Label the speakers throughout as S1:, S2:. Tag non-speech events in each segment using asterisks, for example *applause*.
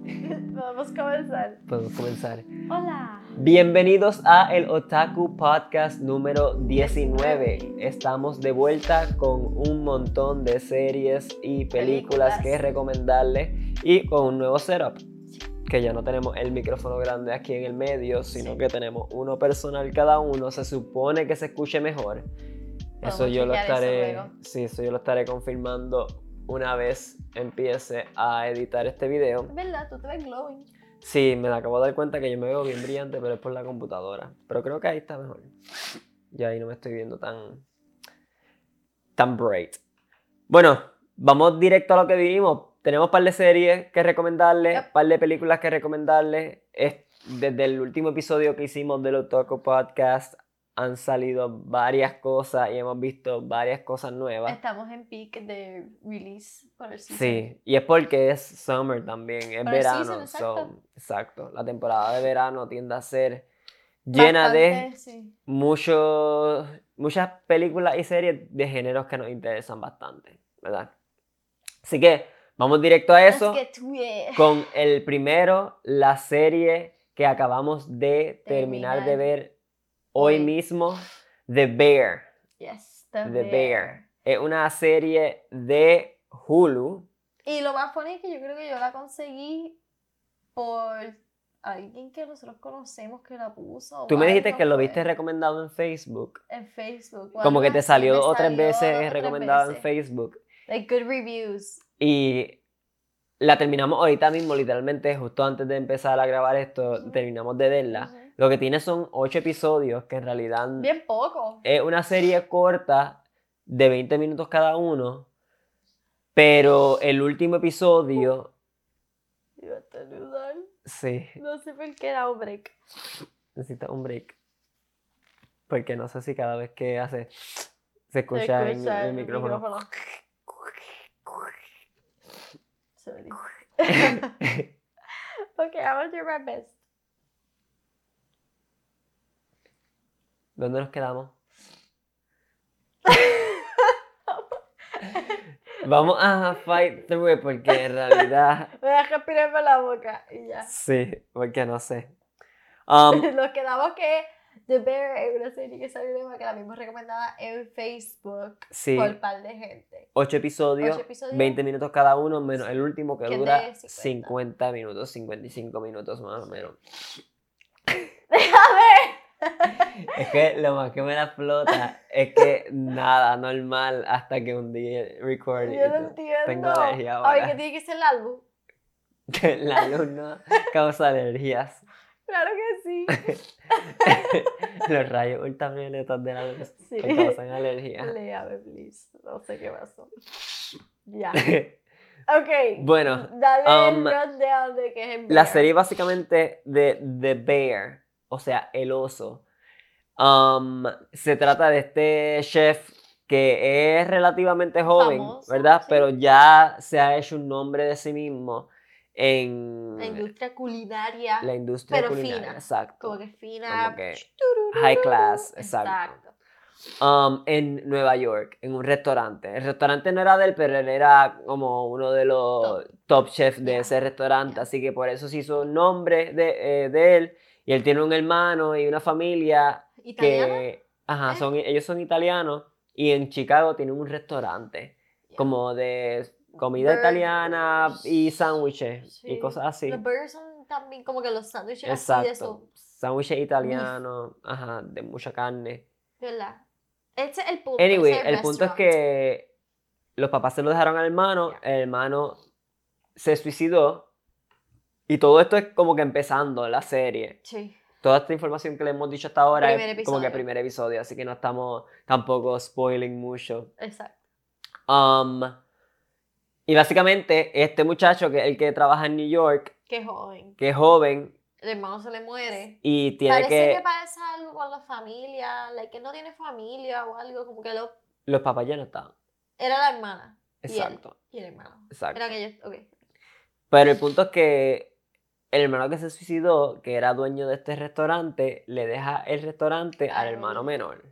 S1: Vamos a comenzar.
S2: Podemos comenzar.
S1: Hola.
S2: Bienvenidos a el Otaku Podcast número 19. Estamos de vuelta con un montón de series y películas,
S1: Películas.
S2: que recomendarles y con un nuevo setup. Que ya no tenemos el micrófono grande aquí en el medio, sino
S1: Sí.
S2: que tenemos uno personal cada uno. Se supone que se escuche mejor. Eso
S1: Podemos
S2: yo lo
S1: Pues chequear eso
S2: estaré,
S1: luego.
S2: sí, eso yo lo estaré confirmando una vez empiece a editar este video.
S1: Es verdad, tú te ves glowing.
S2: Sí, me acabo de dar cuenta que yo me veo bien brillante, pero es por la computadora. Pero creo que ahí está mejor. Ya ahí no me estoy viendo tan. tan bright. Bueno, vamos directo a lo que vinimos. Tenemos par de series que recomendarles,
S1: Yep.
S2: par de películas que recomendarles. Es- desde el último episodio que hicimos del Otaku Podcast han salido varias cosas y hemos visto varias cosas nuevas.
S1: Estamos en peak de release por el season.
S2: Sí, y es porque es summer también, es
S1: Pero sí,
S2: verano.
S1: son
S2: so,
S1: exacto.
S2: exacto, la temporada de verano tiende a ser llena de
S1: Bastante, sí.
S2: muchos, muchas películas y series de géneros que nos interesan bastante, ¿verdad? Así que vamos directo a eso
S1: Let's get to it.
S2: con el primero, la serie que acabamos de terminar, de
S1: Terminar.
S2: ver hoy
S1: Hoy.
S2: mismo, The Bear.
S1: Yes, the,
S2: The
S1: bear.
S2: Bear. Es una serie de Hulu.
S1: Y lo más funny es que yo creo que yo la conseguí por alguien que nosotros conocemos que la puso. o
S2: Tú me dijiste
S1: algo,
S2: que lo
S1: pues,
S2: viste recomendado en Facebook.
S1: en Facebook. o
S2: Como
S1: algo
S2: que te
S1: así,
S2: salió
S1: me
S2: dos o tres
S1: salió dos o
S2: veces
S1: tres
S2: recomendado en
S1: veces.
S2: Facebook.
S1: Like good reviews.
S2: Y la terminamos ahorita mismo, literalmente, justo antes de empezar a grabar esto,
S1: Ujú.
S2: terminamos de verla.
S1: Ujú.
S2: Lo que tiene son ocho episodios, que en realidad
S1: Bien poco.
S2: es una serie corta de 20 minutos cada uno. Pero el último episodio,
S1: Iba a estornudar.
S2: sí,
S1: No sé por qué era un break.
S2: necesita un break. Porque no sé si cada vez que hace, se escucha, en- en el micrófono.
S1: Sorry. *laughs* okay, I will do my best.
S2: *laughs* ¿Dónde nos
S1: *laughs*
S2: quedamos? Vamos a fight through it porque en
S1: *laughs*
S2: realidad
S1: Voy a respirar por la boca y ya.
S2: sí, porque no sé. Um,
S1: *laughs* Nos quedamos que The Bear es una serie que salió que la vimos recomendada en Facebook
S2: sí,
S1: por un par de gente.
S2: ocho episodios,
S1: Ocho episodios. *laughs*
S2: 20 minutos cada uno, menos el último que
S1: Que es
S2: dura
S1: de
S2: 50.
S1: 50.
S2: minutos, 55 minutos más o menos.
S1: ¡Déjame!
S2: Es que lo más que me la explota es que nada, normal, hasta que un día record y
S1: Yo no
S2: tú-
S1: entiendo.
S2: tengo alergia ahora.
S1: Ay, que tiene que ser el álbum.
S2: la luz no causa alergias. *laughs*
S1: Claro que sí.
S2: Los rayos ultravioletas de la luz
S1: Sí.
S2: que causan
S1: *laughs*
S2: alergia.
S1: Léame, please. No sé qué pasó. Ya. Ok.
S2: bueno,
S1: Dale
S2: um,
S1: el rundown de que es el
S2: *laughs* la
S1: bear.
S2: serie básicamente de The Bear, o sea, el oso, um, se trata de este chef que es relativamente joven,
S1: Famoso,
S2: ¿verdad?
S1: sí.
S2: Pero ya se ha hecho un nombre de sí mismo en
S1: La industria culinaria.
S2: la industria
S1: pero
S2: culinaria.
S1: fina,
S2: Exacto.
S1: Como que fina.
S2: Como que
S1: churururu.
S2: high class, exacto. um, en Nueva York, en un restaurante. El restaurante no era de él, pero él era como uno de los top, chefs de
S1: Ya,
S2: ese restaurante,
S1: ya.
S2: así que por eso se hizo nombre de, eh, de él. Y él tiene un hermano y una familia
S1: ¿Italiana?
S2: que, ajá,
S1: Eh.
S2: son, ellos son italianos y en Chicago tienen un restaurante
S1: Ya.
S2: como de comida
S1: Burgers.
S2: italiana y sándwiches y
S1: Sí.
S2: cosas así.
S1: Los burgers son también como que los sándwiches así de
S2: Exacto.
S1: eso.
S2: Sándwiches italianos, ajá, de mucha carne.
S1: ¿Verdad? Ese es el punto.
S2: Anyway,
S1: ese
S2: el punto es
S1: restaurant.
S2: que los papás se lo dejaron al hermano, el hermano se suicidó y todo esto es como que empezando la serie.
S1: Sí.
S2: Toda esta información que le hemos dicho hasta ahora
S1: Primer
S2: es como que
S1: episodio.
S2: primer episodio, así que no estamos tampoco spoiling mucho.
S1: Exacto.
S2: Um, y básicamente este muchacho, que es el que trabaja en New York,
S1: Qué joven.
S2: que es joven
S1: El hermano se le muere.
S2: y tiene
S1: Parece
S2: que...
S1: que... pasa algo con la familia. Like, que no tiene familia o algo. Como que lo...
S2: Los papás ya no estaban.
S1: era la hermana él.
S2: Exacto,
S1: y el hermano.
S2: exacto.
S1: Era que yo. Ok.
S2: Pero el punto es que el hermano que se suicidó, que era dueño de este restaurante, le deja el restaurante al
S1: Ay.
S2: hermano menor,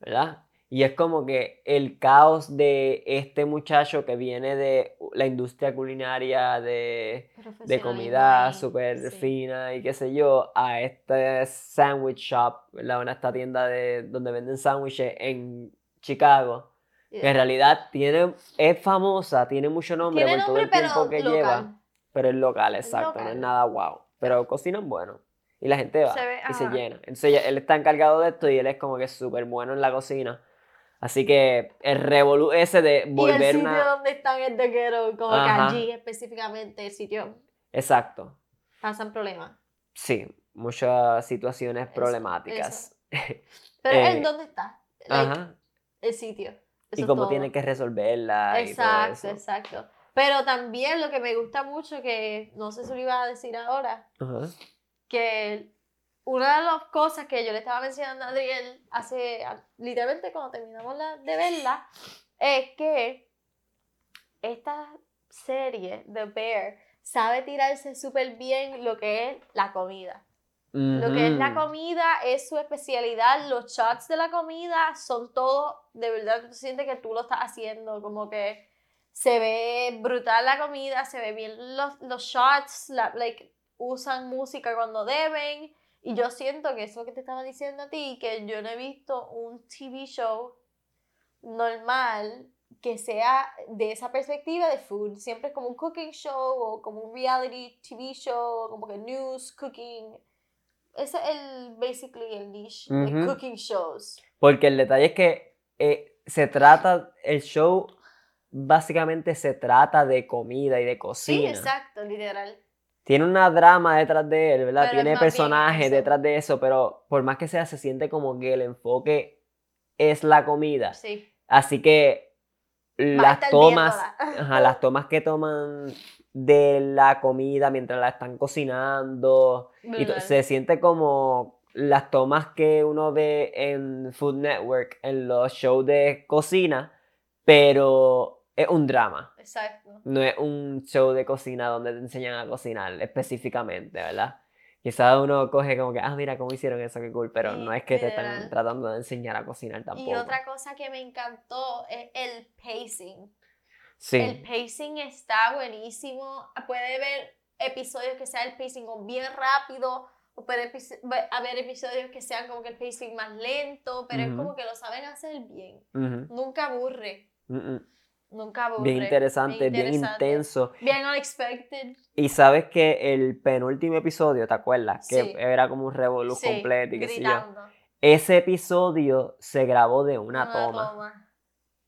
S2: ¿verdad? Y es como que el caos de este muchacho que viene de la industria culinaria, de, de comida súper fina y qué sé yo, a este sandwich shop, ¿verdad? Una, esta tienda de, donde venden sándwiches en Chicago, que en realidad tiene, es famosa, tiene mucho nombre
S1: Tiene
S2: por
S1: nombre,
S2: todo el tiempo
S1: pero
S2: que
S1: local.
S2: lleva, pero es local,
S1: Es
S2: exacto, no es
S1: local.
S2: nada wow, pero cocinan bueno y la gente va
S1: Se ve-
S2: y se
S1: ajá.
S2: llena. Entonces ella- él está encargado de esto y él es como que súper bueno en la cocina. Así que el revolú ese de volver
S1: y el sitio
S2: una...
S1: donde están es de ghetto, como
S2: Ajá.
S1: que allí específicamente el sitio
S2: Exacto,
S1: pasan problemas.
S2: sí, muchas situaciones
S1: Eso,
S2: problemáticas. *laughs*
S1: Pero
S2: Eh,
S1: ¿en dónde está? Like,
S2: Ajá.
S1: El sitio. Eso
S2: Y
S1: es
S2: cómo
S1: todo.
S2: tiene que resolverla y todo
S1: Exacto,
S2: eso.
S1: exacto. Pero también lo que me gusta mucho, que no sé si lo iba a decir ahora,
S2: Ajá.
S1: que una de las cosas que yo le estaba mencionando a Adriel hace, a- literalmente cuando terminamos la- de verla, es que esta serie, The Bear, sabe tirarse súper bien lo que es la comida. Lo que es la
S2: Ujú.
S1: comida es su especialidad, los shots de la comida son todo, de verdad tú sientes que tú lo estás haciendo, como que se ve brutal la comida, se ve bien los, los shots, la- like, usan música cuando deben, y yo siento que eso que te estaba diciendo a ti, que yo no he visto un TV show normal que sea de esa perspectiva de food, siempre es como un cooking show o como un reality TV show, o como que news, cooking. Ese es el, basically, el niche de
S2: Ujú.
S1: cooking shows.
S2: Porque el detalle es que eh, se trata, el show básicamente se trata de comida y de
S1: Sí,
S2: cocina.
S1: exacto, literal.
S2: Tiene una drama detrás de él, ¿verdad?
S1: Pero es
S2: Tiene
S1: más bien
S2: personajes
S1: eso.
S2: detrás de eso, pero por más que sea, se siente como que el enfoque es la comida.
S1: Sí.
S2: Así que
S1: Vas a
S2: las
S1: estar
S2: tomas,
S1: viéndola.
S2: ajá, las tomas que toman de la comida mientras la están cocinando,
S1: *laughs*
S2: y to-
S1: Brutal.
S2: se siente como las tomas que uno ve en Food Network, en los shows de cocina, pero es un drama.
S1: Exacto.
S2: No es un show de cocina donde te enseñan a cocinar específicamente, ¿verdad? Quizás uno coge como que, ah, mira cómo hicieron eso, qué cool, pero no
S1: Sí,
S2: es que te están
S1: literal.
S2: tratando de enseñar a cocinar tampoco.
S1: Y otra cosa que me encantó es el pacing.
S2: sí.
S1: El pacing está buenísimo. Ah, Puede haber episodios que sea el pacing o bien rápido, o puede episo- va- haber episodios que sean como que el pacing más lento, pero es
S2: Ujú.
S1: como que lo saben hacer bien.
S2: Ujú,
S1: Nunca aburre,
S2: mm, mm.
S1: nunca aburre.
S2: Bien interesante, bien
S1: interesante.
S2: intenso.
S1: Bien unexpected.
S2: Y sabes que el penúltimo episodio, ¿te acuerdas? Que
S1: Sí.
S2: era como un revolú
S1: sí,
S2: completo y qué sé yo.
S1: gritando.
S2: Ese episodio se grabó de una, toma.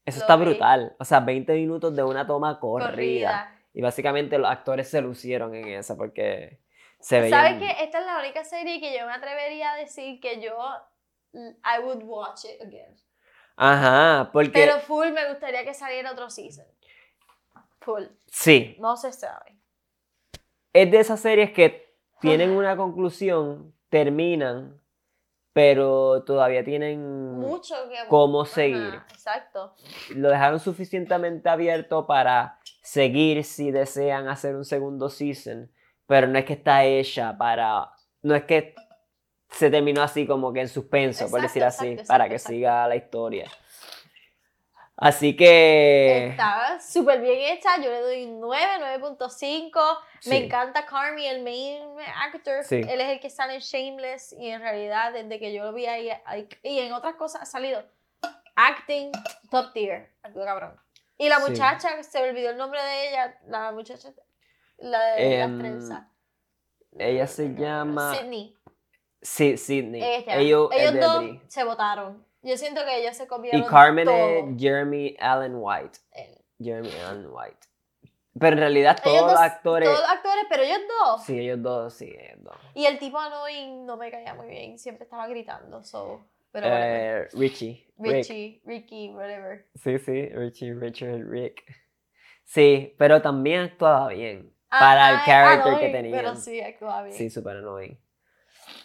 S2: Eso
S1: Lo
S2: está
S1: vi.
S2: brutal. O sea, 20 minutos de una toma corrida.
S1: Corrida.
S2: Y básicamente los actores se lucieron en esa porque se veían...
S1: ¿Sabes que Esta es la única serie que yo me atrevería a decir que yo. I would watch it again.
S2: Ajá, porque...
S1: Pero full me gustaría que saliera otro season. Full.
S2: Sí,
S1: No se sabe.
S2: es de esas series que tienen una conclusión, terminan, pero todavía tienen
S1: Mucho que.
S2: cómo
S1: Ajá,
S2: seguir.
S1: exacto.
S2: lo dejaron suficientemente abierto para seguir si desean hacer un segundo season, pero no es que está hecha para, no es que se terminó así como que en suspenso, por
S1: Exacto,
S2: decir así,
S1: exacto,
S2: para
S1: exacto,
S2: que
S1: exacto.
S2: siga la historia. Así que
S1: Estaba súper bien hecha. Yo le doy un 9, 9.5. Me
S2: sí,
S1: encanta Carmi, el main actor.
S2: Sí.
S1: Él es el que sale en Shameless y en realidad desde que yo lo vi ahí ahí- y en otras cosas ha salido acting top tier, algo cabrón. Y la
S2: Sí.
S1: muchacha, se me olvidó el nombre de ella, la muchacha, la de las
S2: Em,
S1: trenzas.
S2: ella se llama
S1: Sydney.
S2: sí, Sidney.
S1: Ella.
S2: Ellos,
S1: Este, Ellos,
S2: es de
S1: dos
S2: Brie.
S1: se votaron. Yo siento que ellos se comieron
S2: Y Carmen es
S1: todo.
S2: Jeremy Allen White.
S1: Eh,
S2: Jeremy Allen White. Pero en realidad todos
S1: ellos
S2: los
S1: dos-
S2: actores.
S1: Todos los actores, pero ellos dos.
S2: Sí, ellos dos, sí, ellos dos.
S1: Y el tipo annoying no me caía muy bien, siempre estaba gritando, so... Pero bueno.
S2: Eh, Richie. Rick.
S1: Richie, Ricky, whatever.
S2: Sí, sí, Richie, Richard, Rick. Sí, pero también actuaba bien.
S1: Ah,
S2: Para el
S1: ah,
S2: character
S1: no,
S2: que
S1: y-
S2: tenía.
S1: Pero sí, actuaba bien.
S2: Sí, super annoying.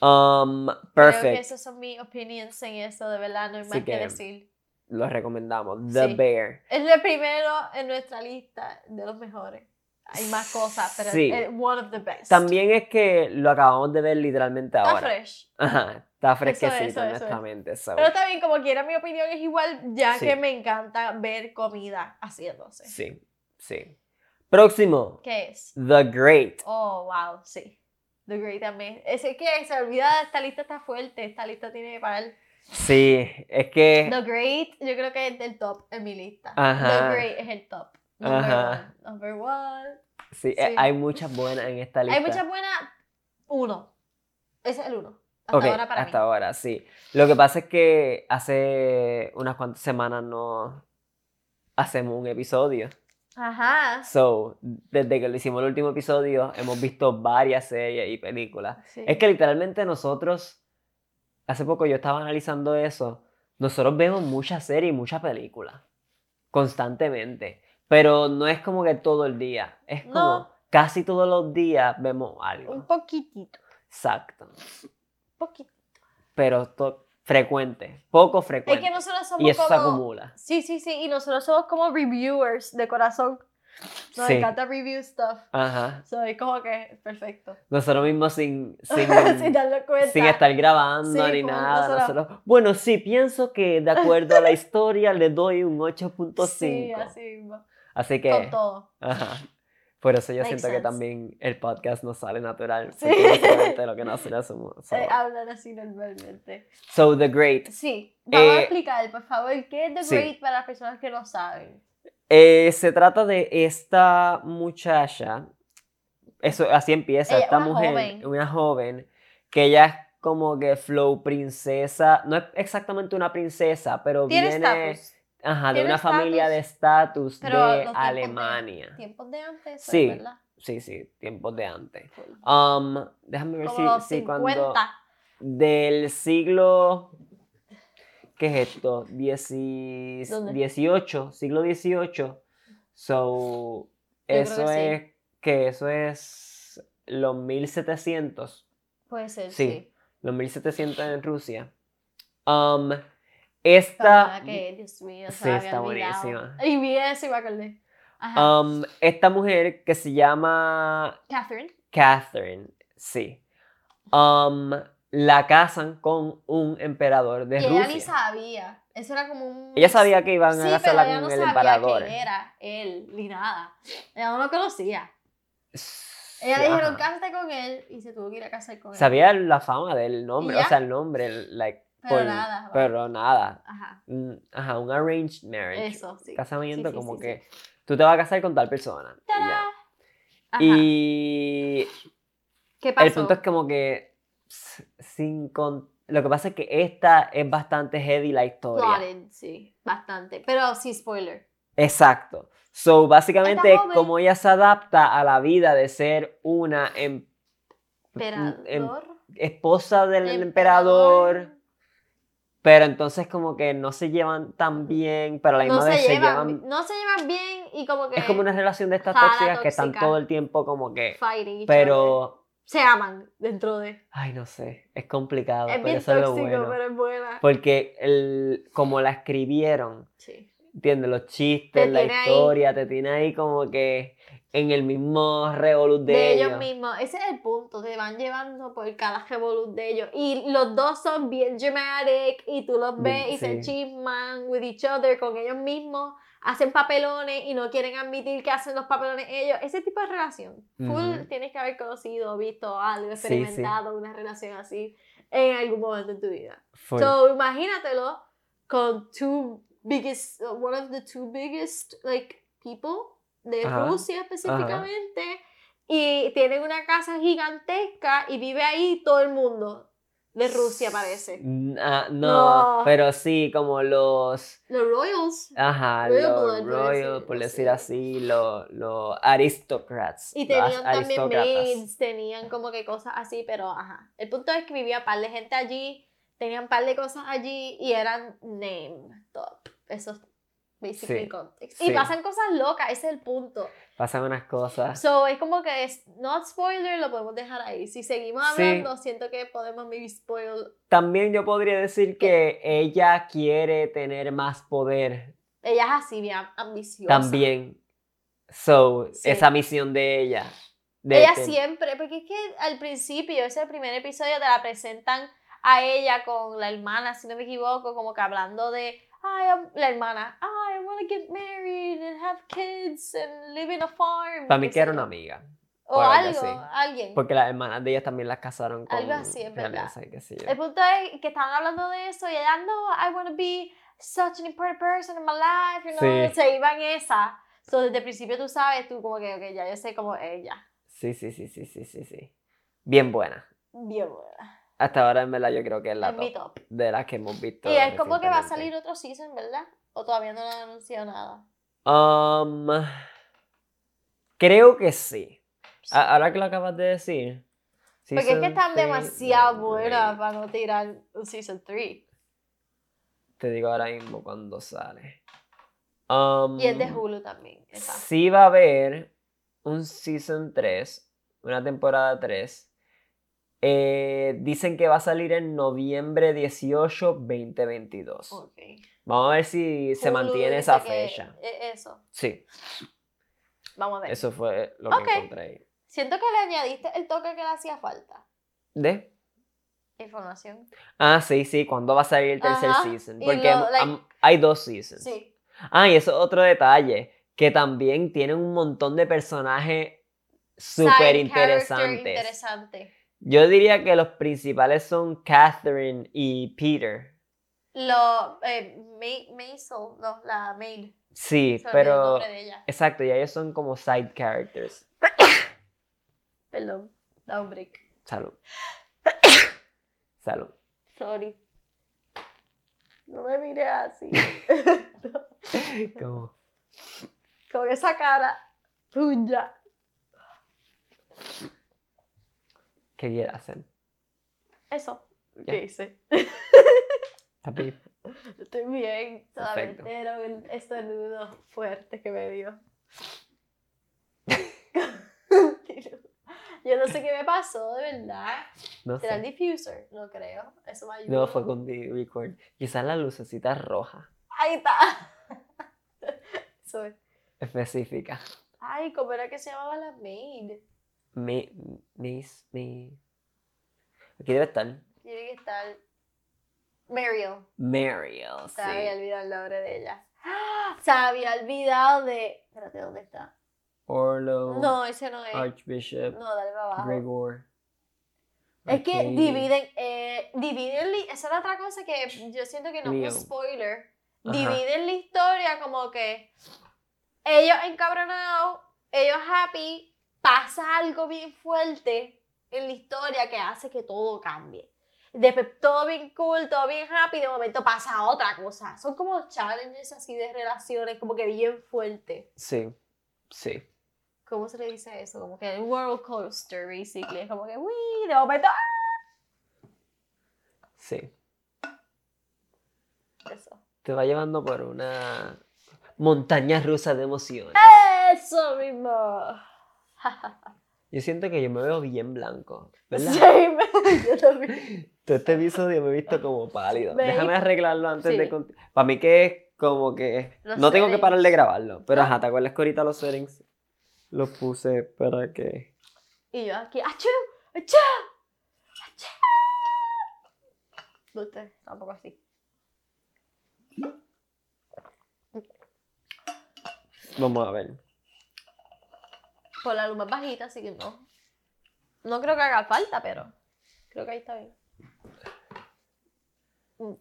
S2: Um,
S1: Creo que
S2: perfect.
S1: esas son mis opinions en eso, de verdad, no hay
S2: Así
S1: más que,
S2: que-
S1: decir.
S2: Lo recomendamos. The
S1: Sí.
S2: Bear.
S1: Es el primero en nuestra lista de los mejores. Hay más cosas, pero
S2: Sí.
S1: es one of the best.
S2: También es que lo acabamos de ver literalmente
S1: Está
S2: ahora.
S1: fresh.
S2: Ajá, Está fresquecito,
S1: eso, eso.
S2: honestamente. so,
S1: Pero está bien, como quiera, mi opinión es igual, ya
S2: Sí.
S1: que me encanta ver comida haciéndose.
S2: Sí, sí. Próximo,
S1: ¿Qué es?
S2: The Great.
S1: Oh, wow, sí. The Great también. Es es que se olvida, esta lista está fuerte, esta lista tiene que parar.
S2: Sí, es que...
S1: The Great, yo creo que es del top en mi lista.
S2: Eh. Ajá.
S1: The Great es el top. Number
S2: Ajá.
S1: one. Number one.
S2: Sí, eh,
S1: Sí.
S2: hay muchas buenas en esta lista.
S1: Hay muchas buenas. Uno. Ese es el uno. Hasta
S2: Ok,
S1: ahora para
S2: hasta
S1: mí.
S2: ahora, sí. Lo que pasa es que hace unas cuantas semanas no hacemos un episodio.
S1: Ajá.
S2: So, desde que lo hicimos el último episodio, hemos visto varias series y películas.
S1: Sí.
S2: Es que literalmente nosotros, hace poco yo estaba analizando eso, nosotros vemos muchas series y muchas películas, constantemente, pero no es como que todo el día, es como
S1: No.
S2: casi todos los días vemos
S1: Un
S2: algo.
S1: poquitito.
S2: Exacto,
S1: poquitito.
S2: pero to- frecuente, poco
S1: Es
S2: frecuente.
S1: que nosotros somos
S2: y eso se
S1: como.
S2: acumula.
S1: Sí, sí, sí. Y nosotros somos como reviewers de corazón. Nos
S2: Sí.
S1: encanta review stuff.
S2: Ajá.
S1: Soy como que perfecto.
S2: Nosotros
S1: *laughs*
S2: mismos sin, sin,
S1: Sin darlo cuenta.
S2: Mm. sin estar grabando
S1: Sí,
S2: ni
S1: como
S2: nada.
S1: nosotros-
S2: nosotros- Bueno, sí, pienso que de acuerdo a la historia le doy un 8.5.
S1: Sí, así mismo.
S2: Así que...
S1: Con todo.
S2: Ajá. Por eso yo
S1: Makes
S2: siento
S1: sense.
S2: que también el podcast nos sale natural.
S1: Sí.
S2: porque básicamente lo
S1: *laughs*
S2: que nosotros somos. So,
S1: Eh, hablar así normalmente.
S2: So, The Great
S1: Sí. Vamos a
S2: Eh,
S1: explicar, por favor, qué es The
S2: sí.
S1: Great para las personas que no saben.
S2: Eh, se trata de esta muchacha, eso así empieza,
S1: Ella-
S2: esta
S1: una
S2: mujer,
S1: joven.
S2: una joven, que ella es como que flow princesa, no es exactamente una princesa, pero
S1: Tiene
S2: viene
S1: estatus.
S2: ajá, de
S1: tiene
S2: una familia de estatus de
S1: pero los tiempos de-
S2: Alemania.
S1: Tiempos de antes, pues,
S2: Sí.
S1: ¿verdad?
S2: Sí, sí, tiempos de antes.
S1: Cool.
S2: Um, déjame ver
S1: Como
S2: si,
S1: los
S2: si
S1: 50.
S2: cuando... Del siglo... ¿Qué es esto? Dieci-
S1: ¿Dónde?
S2: 18, siglo 18. So,
S1: creo
S2: eso
S1: que sí.
S2: es que eso es los 1700,
S1: Puede ser,
S2: Sí.
S1: sí.
S2: los 1700 en Rusia. Um, esta
S1: Como que, Dios mío, se
S2: Sí,
S1: me
S2: está
S1: había olvidado.
S2: buenísima.
S1: Y vi eso y me acordé. Ajá.
S2: um, esta mujer que se llama
S1: Catherine.
S2: Catherine, sí. Um, la casan con un emperador de
S1: y
S2: Rusia.
S1: ella ni sabía. Eso era como un.
S2: Ella sabía que iban
S1: sí,
S2: a
S1: pero
S2: hacerla
S1: ella
S2: con
S1: no
S2: el
S1: sabía
S2: emperador.
S1: quién era él ni nada. Ella no lo conocía.
S2: S-
S1: Ella le dijeron,
S2: ajá.
S1: cásate con él y se tuvo que ir a casar con él.
S2: Sabía la fama del nombre,
S1: ¿Y
S2: o
S1: ya?
S2: sea, el nombre, el- like,
S1: Pero
S2: por-
S1: nada, va.
S2: pero nada.
S1: Ajá.
S2: Mm, Ajá, un arranged marriage.
S1: Eso, sí.
S2: Casamiento
S1: Sí, sí,
S2: como
S1: sí,
S2: que tú te vas a casar con tal persona. y
S1: ¡Tarán!
S2: ya.
S1: Ajá.
S2: Y
S1: ¿Qué pasó?
S2: el punto es como que s- sin con- lo que pasa es que esta es bastante heavy la historia.
S1: Plotted, sí, bastante. Pero sí, spoiler.
S2: Exacto. So, básicamente es
S1: joven-
S2: como ella se adapta a la vida de ser una em-
S1: Emperador. em,
S2: em- esposa del
S1: emperador.
S2: emperador, pero entonces como que no se llevan tan bien, pero a la misma
S1: No se,
S2: vez se
S1: llevan,
S2: llevan...
S1: no se llevan bien y como que
S2: Es como una relación de estas
S1: Jala
S2: tóxicas que están
S1: tóxica.
S2: todo el tiempo como que...
S1: fighting. each other.
S2: Pero...
S1: se aman dentro de.
S2: Ay, no sé, es complicado,
S1: Es
S2: pero
S1: bien
S2: Ah, pues eso es lo
S1: tóxico,
S2: bueno. Pues
S1: pero es buena.
S2: Porque el, como la escribieron,
S1: Sí.
S2: ¿entiendes? Los chistes,
S1: Te
S2: la
S1: tiene ahí.
S2: historia, te tiene ahí como que en el mismo revolú de,
S1: De, ellos. mismos. Ese es el punto. Te van llevando por cada revolut de ellos. Y los dos son bien dramatic. Y tú los ves
S2: Bien,
S1: y se
S2: sí.
S1: chisman with each other con ellos mismos. Hacen papelones y no quieren admitir que hacen los papelones ellos. Ese tipo de relación. Full
S2: Ujú.
S1: tienes que haber conocido, visto algo,
S2: Sí, sí.
S1: experimentado una relación así en algún momento en tu vida.
S2: Full.
S1: So, imagínatelo con two biggest, uh, one of the two biggest, like, people de
S2: Ajá,
S1: Rusia específicamente. Y tienen una casa gigantesca y vive ahí todo el mundo de Rusia, parece.
S2: N- ah, no,
S1: No.
S2: pero sí, como los...
S1: Los Royals.
S2: Ajá,
S1: Royal
S2: los
S1: Blood, por decir-
S2: royals, por
S1: no
S2: decir
S1: sé.
S2: así, los aristócratas.
S1: Y
S2: los
S1: tenían también
S2: aristócratas.
S1: maids, tenían como que cosas así, pero ajá. El punto es que vivía par de gente allí, tenían par de cosas allí y eran name top. Eso es basically
S2: Sí,
S1: context.
S2: sí.
S1: Y pasan cosas locas, ese es el punto.
S2: Pasan unas cosas.
S1: So, es como que es not spoiler, lo podemos dejar ahí. Si seguimos
S2: Sí.
S1: hablando, siento que podemos maybe spoil.
S2: También yo podría decir que ella quiere tener más poder
S1: Ella es así, bien ambiciosa.
S2: también. So,
S1: Sí.
S2: esa misión de ella. de
S1: Ella
S2: ten-
S1: siempre, porque es que al principio, ese primer episodio, te la presentan a ella con la hermana, si no me equivoco, como que hablando de, ay, I'm-" la hermana, ay, I want to get married and have kids and live in a farm.
S2: Para mí
S1: qué
S2: que
S1: sé
S2: era
S1: yo.
S2: una amiga.
S1: O
S2: o algo
S1: algo,
S2: así.
S1: alguien.
S2: Porque las hermanas de ellas también las casaron con.
S1: Algo así, es verdad.
S2: realeza y qué sé yo.
S1: El punto es que estaban hablando de eso y ella, no, I want to be such an important person in my life, you know,
S2: Sí.
S1: se iba en esa. So, desde el principio tú sabes, tú como que, ok, ya yo sé como ella.
S2: Sí, sí, sí, sí, sí, sí, sí. Bien buena.
S1: Bien buena.
S2: Hasta ahora, en verdad, yo creo que es la
S1: Es mi
S2: top
S1: top.
S2: de las que hemos visto.
S1: Y es como que va a
S2: recientemente.
S1: salir otro season, ¿verdad? O todavía no lo han anunciado nada.
S2: Um, creo que sí. A- Ahora que lo acabas de decir.
S1: Porque es
S2: season
S1: que están
S2: three,
S1: demasiado
S2: no,
S1: buenas
S2: great.
S1: para no tirar un season 3.
S2: Te digo ahora mismo cuando sale. Um,
S1: Y es de Hulu también. esa.
S2: Sí va a haber un season 3, una temporada 3. Eh, dicen que va a salir en noviembre 18, 2022.
S1: Ok.
S2: Vamos a ver si se
S1: Hulu
S2: mantiene
S1: dice
S2: esa
S1: que-
S2: fecha.
S1: e- Eso.
S2: Sí,
S1: Vamos a ver.
S2: eso fue lo que
S1: Ok.
S2: encontré ahí.
S1: Siento que le añadiste el toque que le hacía falta.
S2: ¿De?
S1: Información.
S2: Ah, sí, sí, ¿cuándo va a salir el tercer
S1: Ajá,
S2: season?
S1: y
S2: Porque
S1: lo, like-
S2: am- hay dos seasons.
S1: Sí.
S2: Ah, y eso es otro detalle, que también tienen un montón de personajes súper
S1: Side character
S2: interesantes.
S1: Interesante.
S2: Yo diría que los principales son Catherine y Peter.
S1: Lo. Eh, Ma- Maisel, no, la Mail.
S2: Sí,
S1: Se me olvidó el
S2: pero...
S1: nombre de ella.
S2: Exacto, y ellos son como side characters.
S1: Perdón. Da un break. *coughs*
S2: Salud. Salud. *laughs*
S1: Sorry. No me mires
S2: *laughs*
S1: así. *laughs*
S2: Como-
S1: Con esa cara tuya.
S2: ¿Qué quieres hacer?
S1: Eso.
S2: Ya.
S1: ¿Qué hice? *laughs*
S2: Papi,
S1: Estoy bien.
S2: Perfecto.
S1: Solamente era un estornudo fuerte que me dio.
S2: *laughs*
S1: *laughs* Yo no sé qué me pasó, de verdad.
S2: No
S1: ¿Será el
S2: sé.
S1: diffuser? No creo. Eso me ayudó.
S2: No, fue con The Record. Quizás la lucecita roja
S1: Ahí está. *laughs* Eso es.
S2: específica.
S1: Ay, ¿cómo era que se llamaba la maid?
S2: Me, mis, me. Aquí debe estar.
S1: Tiene que estar. Mariel.
S2: Mariel,
S1: Se me había
S2: sí.
S1: olvidado el nombre de ella. ¡Ah! Se me había olvidado de. Espérate, ¿dónde está?
S2: Orlo,
S1: No, ese no es.
S2: Archbishop,
S1: No, dale para abajo.
S2: Gregor.
S1: Es que
S2: Arcady.
S1: dividen. Eh, dividen. li- Esa era otra cosa que yo siento que no
S2: Leo.
S1: es un spoiler.
S2: Ajá.
S1: Dividen la historia como que. Ellos encabronados, ellos happy, pasa algo bien fuerte en la historia que hace que todo cambie. Después todo bien cool, todo bien happy, de momento pasa otra cosa. Son como challenges así de relaciones, como que bien fuerte.
S2: Sí, sí.
S1: ¿Cómo se le dice eso? Como que el world coaster, basically. Es como que, uy, de momento. ¡ah!
S2: Sí.
S1: ah, Eso.
S2: Te va llevando por una montaña rusa de emociones.
S1: Eso mismo.
S2: Yo siento que yo me veo bien blanco, ¿verdad?
S1: Sí, *laughs* yo también.
S2: Todo este episodio me he visto como pálido.
S1: Ve-
S2: Déjame arreglarlo antes
S1: Sí.
S2: de... Para mí que es como que...
S1: Los
S2: no tengo que
S1: settings. Ah.
S2: parar de grabarlo. Pero
S1: No.
S2: ajá, ¿te acuerdas que ahorita los settings los puse para que...
S1: Y yo aquí, ¡achú! ¡achú! ¡achú! No usted, tampoco así.
S2: Vamos a ver.
S1: Con la luz más bajita, así que no. No creo que haga falta, pero creo que ahí está bien.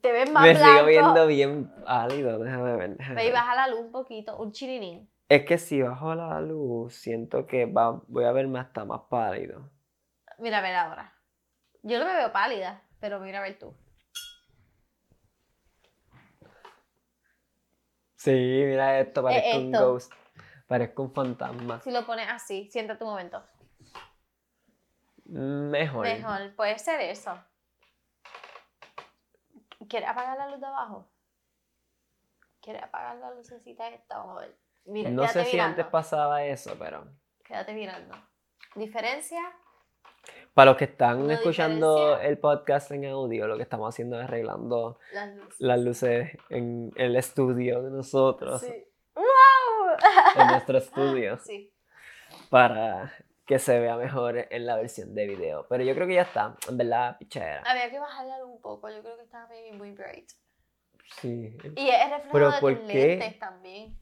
S1: Te ves más
S2: me sigo
S1: blanco.
S2: viendo bien pálido. Déjame ver. déjame
S1: Ve y
S2: ver.
S1: baja la luz un poquito, un chirinín.
S2: Es que si bajo la luz, siento que va- voy a verme hasta más pálido.
S1: Mira, a ver ahora. Yo no me veo pálida, pero mira a ver tú.
S2: Sí, mira esto, parezco un
S1: esto.
S2: ghost. Parezco un fantasma.
S1: Si lo pones así, siéntate un momento.
S2: Mejor.
S1: Mejor, puede ser eso. ¿Quieres apagar la luz de abajo? ¿Quieres apagar la lucecita esta? Vamos a ver. Mira,
S2: No
S1: quédate
S2: sé si
S1: mirando.
S2: antes pasaba eso, pero...
S1: Quédate mirando. ¿Diferencia?
S2: Para los que están
S1: Una
S2: escuchando
S1: diferencia.
S2: el podcast en audio, lo que estamos haciendo es arreglando
S1: Las luces.
S2: las luces en el estudio de nosotros,
S1: Sí. ¡Wow! *laughs*
S2: en nuestro estudio,
S1: Sí.
S2: para que se vea mejor en la versión de video. Pero yo creo que ya está, en verdad, pichadera.
S1: Había que bajarla un poco, yo creo que estaba maybe muy bright.
S2: Sí. *laughs*
S1: Y es el reflejo
S2: Pero
S1: de
S2: ¿por
S1: tus
S2: qué?
S1: lentes también.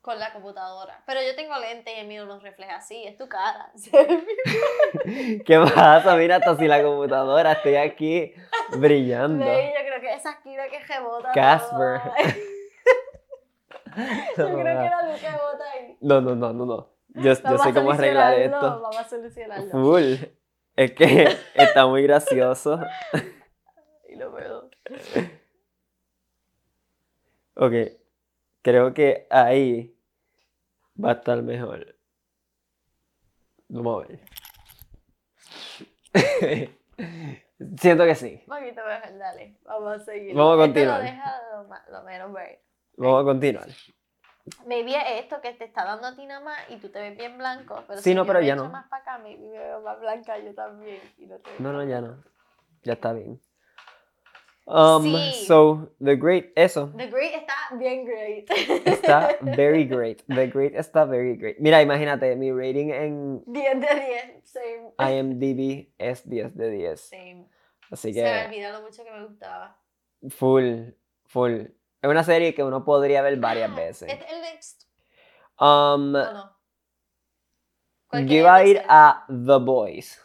S1: Con la computadora. Pero yo tengo lentes y el mío no refleja así, es tu cara. *laughs*
S2: ¿Qué pasa? Mira, hasta si la computadora, estoy aquí brillando.
S1: Ve, yo creo que esa esquina que rebota.
S2: Casper.
S1: toda. Yo
S2: *laughs*
S1: creo que era luz que bota ahí.
S2: No, no, no, no, no. Yo, yo
S1: Vamos
S2: sé
S1: a
S2: cómo arreglar
S1: solucionarlo,
S2: esto.
S1: Vamos a solucionarlo.
S2: Full. Es que *laughs* está muy gracioso.
S1: Y lo veo.
S2: Ok. Creo que ahí va a estar mejor. Vamos a ver. *laughs* Siento que sí.
S1: Poquito mejor, dale. Vamos a seguir.
S2: Vamos a
S1: Este
S2: continuar.
S1: lo deja lo, ma- lo menos bright.
S2: Vamos a continuar.
S1: Maybe es esto que te está dando a ti nada más y tú te ves bien blanco. Pero
S2: Sí,
S1: si
S2: no,
S1: yo
S2: pero
S1: me
S2: ya
S1: echo
S2: no.
S1: más para acá, maybe me veo más blanca yo también. Y no te veo
S2: No, no,
S1: tan-
S2: ya no. Ya está bien. Um,
S1: Sí.
S2: So, the great, eso.
S1: The Great está bien great.
S2: Está very
S1: *laughs*
S2: great. The great está very great. Mira, imagínate, mi rating en
S1: 10 de 10. Same.
S2: IMDb es 10 de 10.
S1: Same.
S2: Así
S1: Se me
S2: que,
S1: olvidó lo mucho que me gustaba.
S2: full, full. Es una serie que uno podría ver varias
S1: Ah,
S2: veces.
S1: ¿Es el next
S2: Um,
S1: o no?
S2: yo
S1: Ah, Cualquier
S2: iba a ir
S1: episodio.
S2: a The Boys.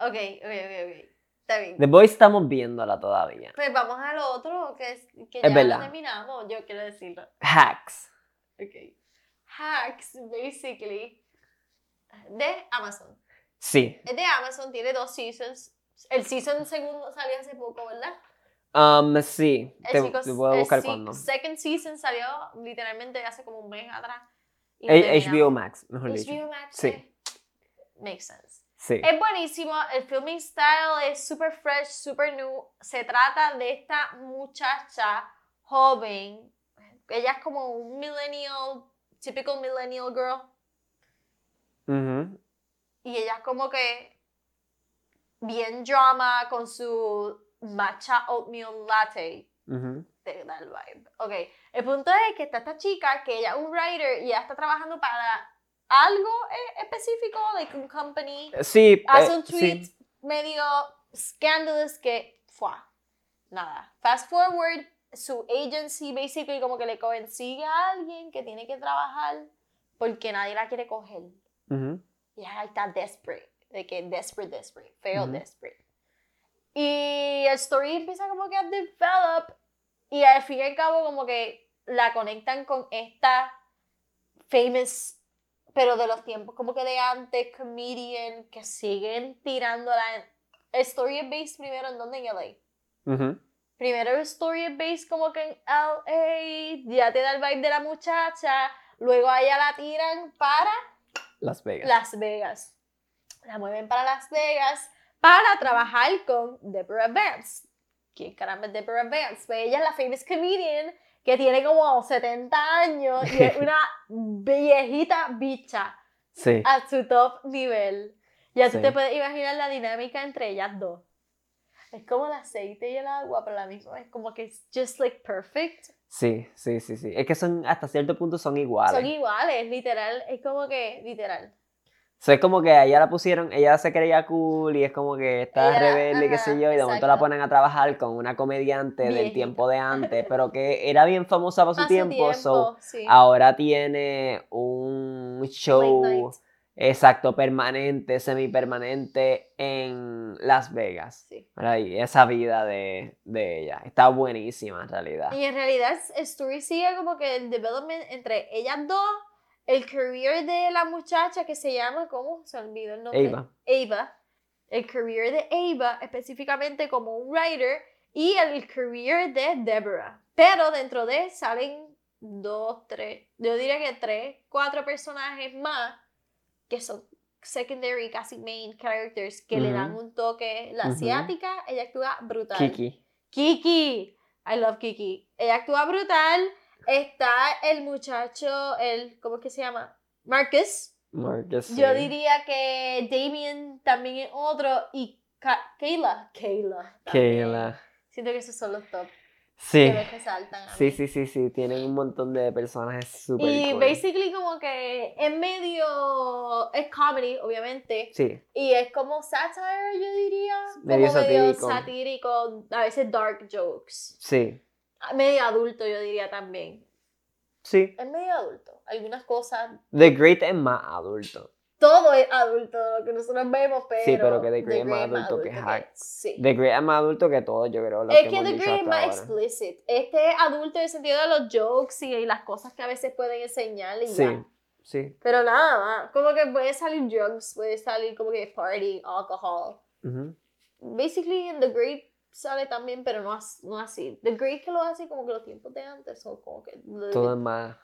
S1: Ok, ok, ok, ok. Está bien.
S2: The Boys estamos viéndola todavía.
S1: Pues vamos al otro, que, es, que
S2: Es
S1: ya lo
S2: verdad.
S1: terminamos, yo quiero decirlo.
S2: Hacks.
S1: Ok. Hacks, basically, de Amazon.
S2: Sí.
S1: Es de Amazon, tiene dos seasons. El season segundo salió hace poco, ¿verdad?
S2: Um, sí.
S1: El
S2: Te,
S1: chico-
S2: te puedo
S1: el
S2: buscar
S1: se-
S2: cuando.
S1: Second season salió literalmente hace como un mes atrás. y lo
S2: HBO
S1: terminamos.
S2: Max, mejor dicho.
S1: HBO Max.
S2: Sí.
S1: eh, Makes sense.
S2: Sí.
S1: Es buenísimo, el filming style es super fresh, super new. Se trata de esta muchacha joven. Ella es como un millennial, typical millennial girl.
S2: Ujú.
S1: Y ella es como que bien drama con su matcha oatmeal latte.
S2: Ujú.
S1: Te da el vibe. Ok, el punto es que está esta chica que ella es un writer y ella está trabajando para algo eh, específico, like un company.
S2: Sí.
S1: hace
S2: eh,
S1: un
S2: sí.
S1: tweet medio scandalous que fue nada fast forward su agency basically como que le consigue a alguien que tiene que trabajar porque nadie la quiere coger
S2: Ujú.
S1: y ella está desperate de que desperate desperate feo
S2: Ujú.
S1: desperate y el story empieza como que a develop y al fin y al cabo como que la conectan con esta famous, pero de los tiempos como que de antes, comedian, que siguen tirándola. El story es based primero en donde en LA.
S2: Ujú.
S1: Primero el story es based como que en LA, ya te da el vibe de la muchacha, luego a ella la tiran para
S2: Las Vegas.
S1: Las Vegas. La mueven para Las Vegas para trabajar con Deborah Vance. ¿Quién caramba es Deborah Vance? Pues ella es la famous comedian que tiene como 70 años y
S2: *laughs*
S1: es una viejita bicha
S2: Sí.
S1: a su top nivel. Ya tú
S2: Sí.
S1: te puedes imaginar la dinámica entre ellas dos. Es como el aceite y el agua, pero la misma es como que es just like perfect.
S2: Sí, sí, sí, sí. Es que son, hasta cierto punto son
S1: Son
S2: iguales.
S1: iguales, literal. Es como que, literal.
S2: O sea, es como que a ella la pusieron, ella se creía cool y es como que está
S1: Ella-
S2: rebelde y qué sé
S1: ajá,
S2: yo, y de momento la
S1: exacto.
S2: ponen a trabajar con una comediante del
S1: Viejita.
S2: tiempo de
S1: *laughs*
S2: antes, pero que era bien famosa para su
S1: Hace
S2: tiempo, so
S1: sí.
S2: ahora tiene un show
S1: Late night.
S2: exacto, permanente, semipermanente en Las Vegas.
S1: Sí.
S2: ¿verdad? Y esa vida de, de ella está buenísima en realidad.
S1: Y en realidad s- Story sigue como que el development entre ellas dos, el career de la muchacha que se llama, ¿cómo? Se olvidó el nombre.
S2: Eva.
S1: Ava, el career de Ava, específicamente como un writer, y el career de Deborah. Pero dentro de él salen dos, tres, yo diría que tres, cuatro personajes más que son secondary, casi main characters, que le
S2: Ujú.
S1: dan un toque. La
S2: Ujú.
S1: asiática, ella actúa brutal.
S2: Kiki.
S1: Kiki. I love Kiki. Ella actúa brutal. Está el muchacho, el, ¿cómo es que se llama? Marcus.
S2: Marcus, sí.
S1: Yo diría que Damien también es otro. Y Ka- Kayla. Kayla. también.
S2: Kayla.
S1: Siento que esos son los top.
S2: Sí.
S1: que me resaltan. a
S2: Sí,
S1: mí.
S2: sí, sí, sí. Tienen un montón de personajes súper.
S1: Y
S2: cool.
S1: basically como que es medio, es comedy, obviamente,
S2: Sí,
S1: y es como satire, yo diría,
S2: Medio
S1: como medio
S2: satírico.
S1: satírico, a veces dark jokes,
S2: sí,
S1: medio adulto yo diría también,
S2: sí.
S1: es medio adulto, algunas cosas,
S2: The Great es más adulto.
S1: todo es adulto, lo que nosotros vemos, pero...
S2: Sí, pero que The Grey es más adulto que Hack.
S1: Sí.
S2: The Great es más adulto que todo, yo creo. lo
S1: es que
S2: hemos
S1: The
S2: dicho
S1: Grey es
S2: hasta
S1: más
S2: ahora.
S1: explicit. Este es adulto en el sentido de los jokes y, y las cosas que a veces pueden enseñar y
S2: Sí,
S1: ya.
S2: sí.
S1: Pero nada más. Como que puede salir drugs, puede salir como que party, alcohol.
S2: ujú.
S1: Basically, en The Grey sale también, pero no, as- no así. The Grey que lo hace como que los tiempos de antes son como que...
S2: Todo es más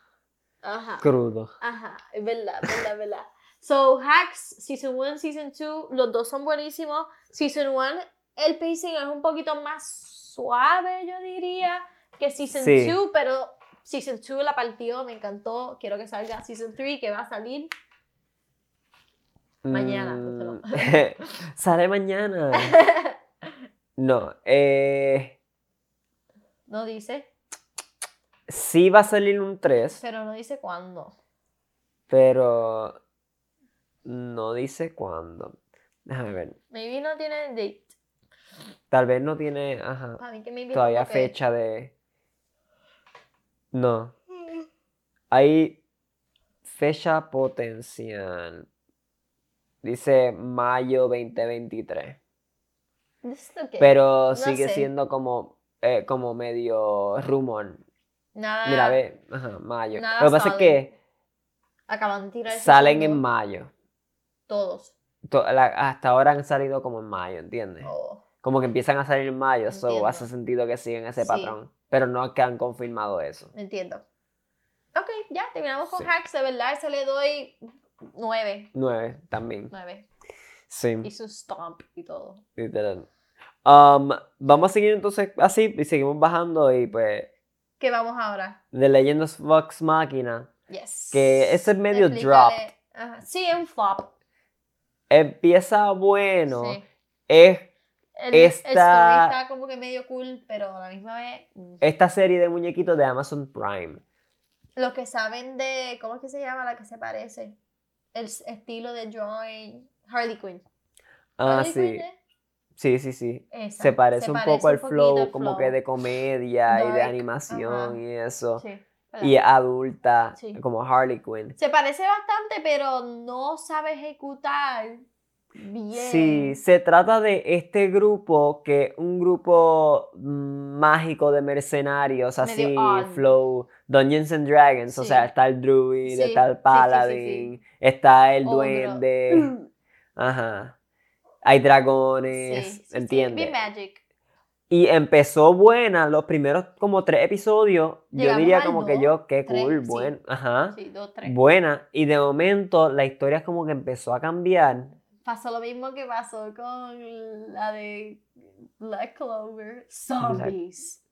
S1: Ajá.
S2: crudo.
S1: Ajá, es verdad, verdad, verdad. So, Hacks, Season 1, Season 2, los dos son buenísimos. Season 1, el pacing es un poquito más suave, yo diría, que Season
S2: Sí.
S1: 2, pero Season 2 la partió, me encantó. Quiero que salga Season 3, que va a salir. *laughs* Mañana,
S2: Mm,
S1: porque
S2: *laughs*
S1: *laughs*
S2: Sale mañana. No, eh,
S1: No dice,
S2: sí va a salir un 3,
S1: pero no dice cuándo.
S2: pero no dice cuándo. Déjame ver.
S1: Maybe no tiene date.
S2: Tal vez no tiene, ajá,
S1: Para mí que maybe
S2: todavía
S1: como que-
S2: fecha de... No,
S1: Mm,
S2: hay fecha potencial. Dice mayo 2023.
S1: This is okay.
S2: Pero
S1: Eh, No
S2: sigue
S1: sé.
S2: siendo como, eh, como medio rumor.
S1: Nada.
S2: Mira, ve, ajá, mayo.
S1: nada
S2: Lo que pasa es que
S1: Acaban de tirar. el
S2: salen
S1: segundo,
S2: en mayo.
S1: Todos.
S2: To- la- hasta ahora han salido como en mayo, ¿entiendes?
S1: Oh.
S2: Como que empiezan a salir en mayo, so
S1: Entiendo.
S2: hace sentido que sigan ese
S1: Sí.
S2: patrón. Pero no es que han confirmado eso.
S1: Entiendo. Ok, ya, terminamos con
S2: Sí.
S1: hacks, de verdad, se le doy 9.
S2: Nueve también.
S1: 9.
S2: Sí,
S1: Y su stomp y todo.
S2: literal. Um, vamos a seguir entonces así y seguimos bajando y pues
S1: ¿Qué vamos ahora?
S2: de Legends Vox Máquina,
S1: Yes.
S2: que ese es medio drop.
S1: Explícale. Ajá. Sí, es un flop.
S2: Empieza bueno,
S1: Sí.
S2: es
S1: El, el
S2: Esta- Eh.
S1: story está como que medio cool, pero a la misma vez. mm.
S2: esta serie de muñequitos de Amazon Prime.
S1: Los que saben de. ¿Cómo es que se llama la que se parece? El s- estilo de drawing. Harley Quinn.
S2: Ah,
S1: Harley
S2: sí.
S1: Quinn, ¿eh?
S2: Sí, sí, sí.
S1: Esa.
S2: Se parece un poco al
S1: poquito
S2: flow, como que de comedia y de
S1: Dark,
S2: animación
S1: ajá.
S2: y eso.
S1: Sí,
S2: Y adulta,
S1: Sí.
S2: como Harley Quinn.
S1: Se parece bastante, pero no sabe ejecutar bien.
S2: Sí, se trata de este grupo que es un grupo mm, mágico de mercenarios,
S1: Medio
S2: así,
S1: odd.
S2: flow, Dungeons and Dragons, o
S1: Sí.
S2: sea, está el druid,
S1: Sí,
S2: está
S1: sí, sí, sí,
S2: el
S1: sí.
S2: paladín, está el
S1: Ogro. *clears throat*
S2: duende, ajá, hay dragones,
S1: Sí, sí, sí,
S2: ¿entiendes?
S1: Be magic.
S2: Y empezó buena los primeros como tres episodios.
S1: Llegamos
S2: yo diría
S1: al
S2: como que
S1: dos,
S2: yo, qué
S1: tres,
S2: cool,
S1: sí.
S2: buen, ajá,
S1: Sí, dos, tres.
S2: buena. Y de momento la historia es como que empezó a cambiar.
S1: Pasó lo mismo que pasó con la de Black Clover. Zombies.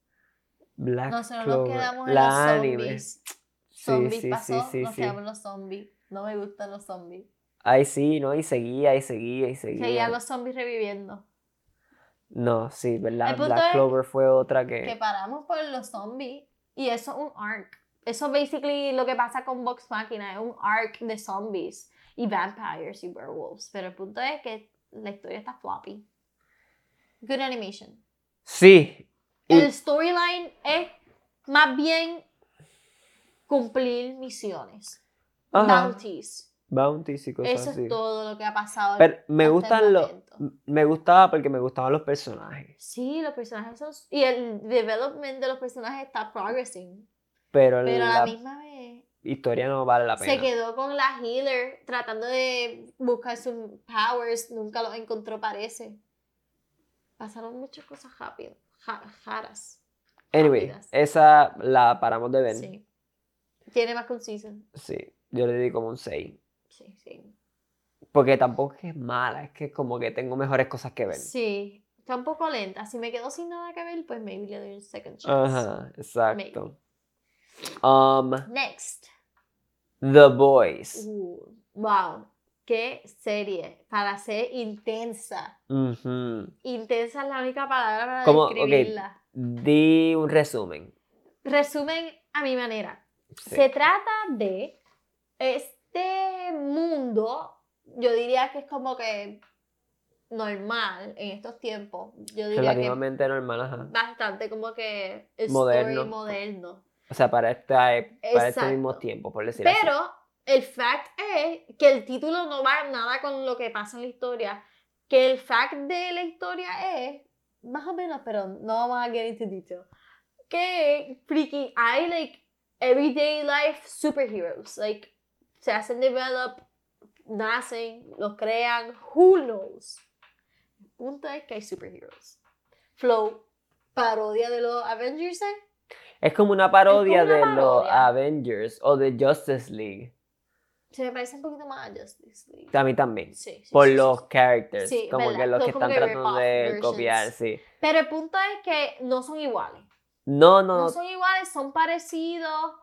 S2: Black
S1: Nosotros nos
S2: Clover,
S1: quedamos en
S2: la
S1: los
S2: anime.
S1: zombies.
S2: Sí,
S1: Zombies
S2: sí,
S1: pasó,
S2: sí, sí,
S1: nos
S2: sí.
S1: quedamos en los zombies. No me gustan los zombies.
S2: Ay, sí, ¿no? Y seguía, y seguía, y seguía.
S1: Seguían los zombies reviviendo.
S2: No, sí,
S1: El
S2: ¿verdad?
S1: punto
S2: Black
S1: es
S2: Clover fue otra
S1: que
S2: que...
S1: paramos por los zombies y eso es un arc. Eso es basically lo que pasa con Vox Machina, es un arc de zombies y vampires y werewolves. Pero el punto es que la historia está floppy. Good animation.
S2: Sí, Y-
S1: El storyline es más bien cumplir misiones,
S2: ajá.
S1: bounties.
S2: Bounties y cosas
S1: Eso
S2: así.
S1: es todo lo que ha pasado.
S2: Pero
S1: hasta
S2: me
S1: el
S2: gustan los...
S1: momento.
S2: Me gustaba porque me gustaban los personajes.
S1: Sí, los personajes son... Y el development de los personajes está progressing.
S2: Pero,
S1: Pero a
S2: la
S1: la misma vez...
S2: historia no vale la pena.
S1: Se quedó con la healer tratando de buscar sus powers, nunca los encontró, parece. Pasaron muchas cosas rápido, ja- raras.
S2: Anyway,
S1: Rápidas.
S2: esa la paramos de ver. Sí.
S1: Sí. Tiene más que un season.
S2: Yo le di como un 6.
S1: Sí, sí.
S2: Porque tampoco es que es mala, es que como que tengo mejores cosas que ver.
S1: Sí, está un poco lenta. Si me quedo sin nada que ver, pues maybe le doy un second chance.
S2: Ajá, exacto. Um,
S1: Next.
S2: The Boys.
S1: Uh, wow. qué serie para ser intensa.
S2: Ujú.
S1: Intensa es la única palabra para
S2: ¿Cómo? Ok.
S1: describirla.
S2: Di un resumen.
S1: Resumen a mi manera.
S2: Sí.
S1: Se trata de este mundo, yo diría que es como que normal en estos tiempos. Yo diría que
S2: Relativamente normal, ajá.
S1: bastante como que story
S2: Moderno.
S1: moderno.
S2: O sea, para, esta, e- para este
S1: Exacto.
S2: mismo tiempo, por decir así.
S1: Pero el fact es que el título no va nada con lo que pasa en la historia. Que el fact de la historia es, más o menos, pero no vamos a get into detail. Que freaking hay like everyday life superheroes. Like se hacen develop, nacen, los crean, who knows. El punto es que hay superheroes. Flow, parodia de los Avengers. ¿eh?
S2: Es como una parodia
S1: Es como una
S2: de los
S1: parodia.
S2: Avengers o de Justice League.
S1: Se me parece un poquito más a Justice League.
S2: A mí también.
S1: Sí, sí,
S2: Por
S1: sí, sí,
S2: los
S1: sí.
S2: characters.
S1: Sí,
S2: como
S1: ¿verdad?
S2: que los
S1: Son
S2: que
S1: como
S2: están
S1: que
S2: tratando
S1: rip-off
S2: de
S1: versions.
S2: copiar, sí.
S1: Pero el punto es que no son iguales.
S2: No, no,
S1: No
S2: no.
S1: son iguales, son parecidos.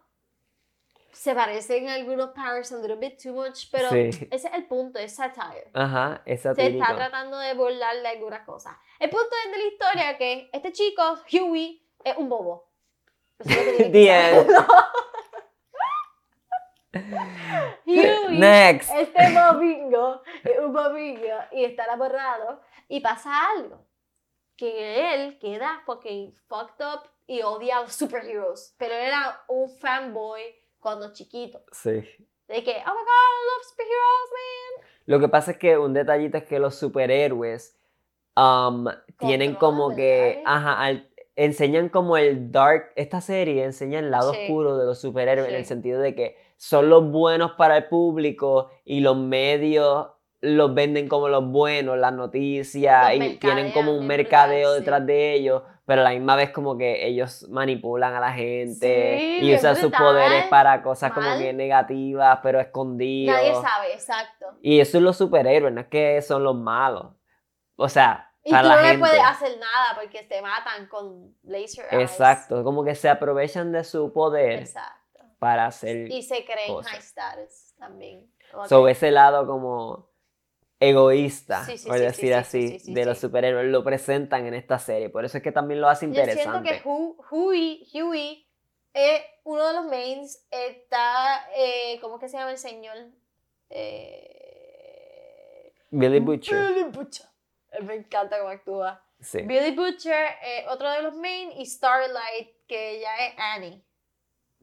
S1: Se parecen en algunos powers a little bit too much, pero
S2: Sí.
S1: *laughs* ese es el punto, es satire.
S2: Ajá, es
S1: Se
S2: satírico.
S1: está
S2: *laughs*
S1: tratando de burlar de algunas cosas. El punto es de la historia que este chico, Huey, es un bobo. Eso es lo que tienen que
S2: The
S1: saber.
S2: end.
S1: *laughs* Huey
S2: Next. *laughs*
S1: Este domingo, es un domingo, y está borrado y pasa algo. Que él queda fucking fucked up y odia a los superheroes. Pero era un fanboy cuando chiquito.
S2: Sí.
S1: De que, oh my god, I love superheroes, man.
S2: Lo que pasa es que un detallito es que los superhéroes um, tienen
S1: Controlan,
S2: como que,
S1: ¿verdad?
S2: ajá, al- enseñan como el dark, esta serie enseña el lado
S1: Sí.
S2: oscuro de los superhéroes en el
S1: Sí.
S2: sentido de que son los buenos para el público y los medios los venden como los buenos, las noticias
S1: Los
S2: y tienen
S1: mercadean,
S2: como un
S1: es
S2: mercadeo
S1: verdad, sí.
S2: detrás de ellos, pero a la misma vez como que ellos manipulan a la gente
S1: Sí,
S2: y
S1: es
S2: usan sus
S1: brutal,
S2: poderes para cosas como
S1: mal.
S2: que negativas, pero escondidos.
S1: Nadie sabe, exacto.
S2: Y eso es los superhéroes, no es que son los malos. O sea,
S1: Y
S2: para
S1: tú
S2: la
S1: no le
S2: gente.
S1: puedes hacer nada porque te matan con laser eyes.
S2: Exacto, como que se aprovechan de su poder
S1: Exacto.
S2: para hacer
S1: Y se creen
S2: cosas.
S1: high status también. Como que-
S2: sobre ese lado como egoísta,
S1: Sí, sí,
S2: por
S1: sí, sí,
S2: decir
S1: sí,
S2: así,
S1: sí, sí, sí,
S2: de los
S1: sí.
S2: superhéroes. Lo presentan en esta serie, por eso es que también lo hace
S1: Yo siento
S2: interesante.
S1: que Hu- Huey, Huey es uno de los mains. Está, eh, ¿cómo que se llama el señor? Eh,
S2: Billy Butcher,
S1: Billy Butcher. Él Me encanta cómo actúa.
S2: sí.
S1: Billy Butcher, eh, otro de los main, y Starlight, que ella es Annie.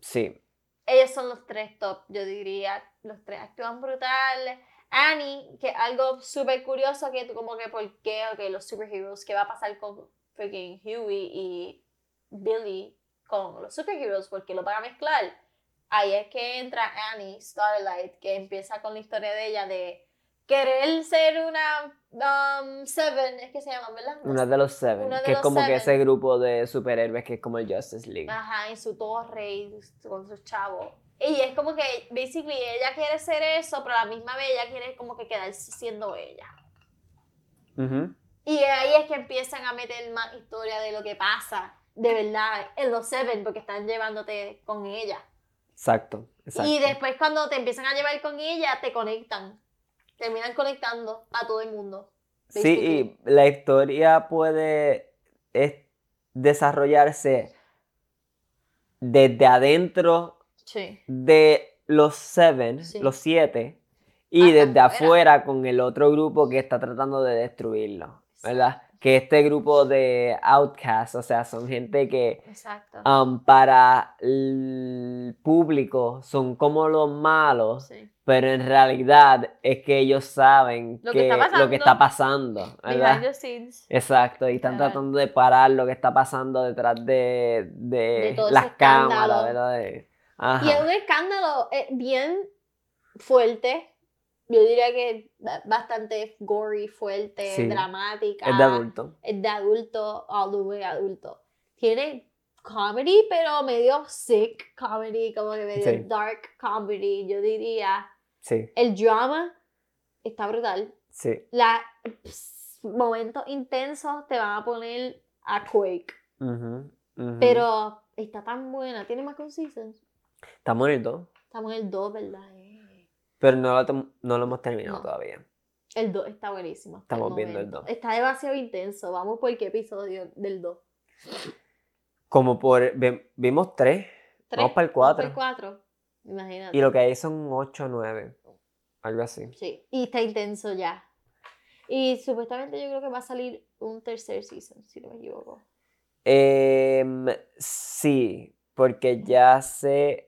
S2: sí.
S1: Ellos son los tres top, yo diría. Los tres actúan brutal. Annie, que algo súper curioso, que tú como que por qué, ok, los superheroes, qué va a pasar con freaking Huey y Billy con los superheroes, porque lo van a mezclar. Ahí es que entra Annie Starlight, que empieza con la historia de ella de querer ser una um, Seven, es que se llama, ¿verdad?
S2: Una de los Seven,
S1: Uno de
S2: que es
S1: los
S2: como que
S1: Seven. Ah.
S2: ese grupo de superhéroes que es como el Justice League.
S1: Ajá, en su torre y su- con sus chavos. Y es como que, basically, ella quiere ser eso, pero a la misma vez ella quiere como que quedarse siendo ella.
S2: Ujú.
S1: Y ahí es que empiezan a meter más historia de lo que pasa, de verdad, en los Seven, porque están llevándote con ella.
S2: Exacto, exacto.
S1: Y después cuando te empiezan a llevar con ella, te conectan. Terminan conectando a todo el mundo.
S2: Sí, y la historia puede es- desarrollarse desde adentro
S1: Sí.
S2: de los seven,
S1: Sí.
S2: los siete, y
S1: Hasta
S2: desde
S1: afuera.
S2: afuera con el otro grupo que está tratando de destruirlo, ¿verdad? Que este grupo de outcasts, o sea, son gente que
S1: Exacto.
S2: um, para el público son como los malos,
S1: Sí.
S2: pero en realidad es que ellos saben
S1: Lo que
S2: que,
S1: está
S2: lo que está
S1: pasando.
S2: pasando,
S1: Behind
S2: ¿verdad?
S1: the scenes.
S2: Exacto, y están
S1: Literal.
S2: tratando de parar lo que está pasando detrás de, de
S1: De todo ese
S2: las cámaras,
S1: escándalo.
S2: ¿verdad? De-
S1: Y es
S2: Ajá.
S1: un escándalo eh, bien fuerte. Yo diría que ba- bastante gory, fuerte,
S2: Sí.
S1: dramática.
S2: Es de adulto.
S1: Es de adulto, all the way adulto. Tiene comedy, pero medio sick comedy, como que medio
S2: Sí.
S1: dark comedy, yo diría.
S2: Sí,
S1: El drama está brutal.
S2: sí.
S1: Los momentos intensos te van a poner a quake.
S2: ujú, ujú.
S1: Pero está tan buena. Tiene más consistence.
S2: Está bonito.
S1: Estamos en el 2, ¿verdad? Eh.
S2: Pero no lo, tem- no lo hemos terminado
S1: No.
S2: todavía.
S1: El 2 está buenísimo. hasta
S2: Estamos viendo el
S1: momento.
S2: dos.
S1: Está demasiado intenso. Vamos por qué episodio del 2.
S2: Como por. ve- vimos tres. Vamos para
S1: Vamos
S2: el cuatro.
S1: por el 4. Imagínate.
S2: Y lo que hay son ocho o nueve. Algo así.
S1: Sí. Y está intenso ya. Y supuestamente yo creo que va a salir un tercer season, si no me equivoco.
S2: Em, sí, porque ya se.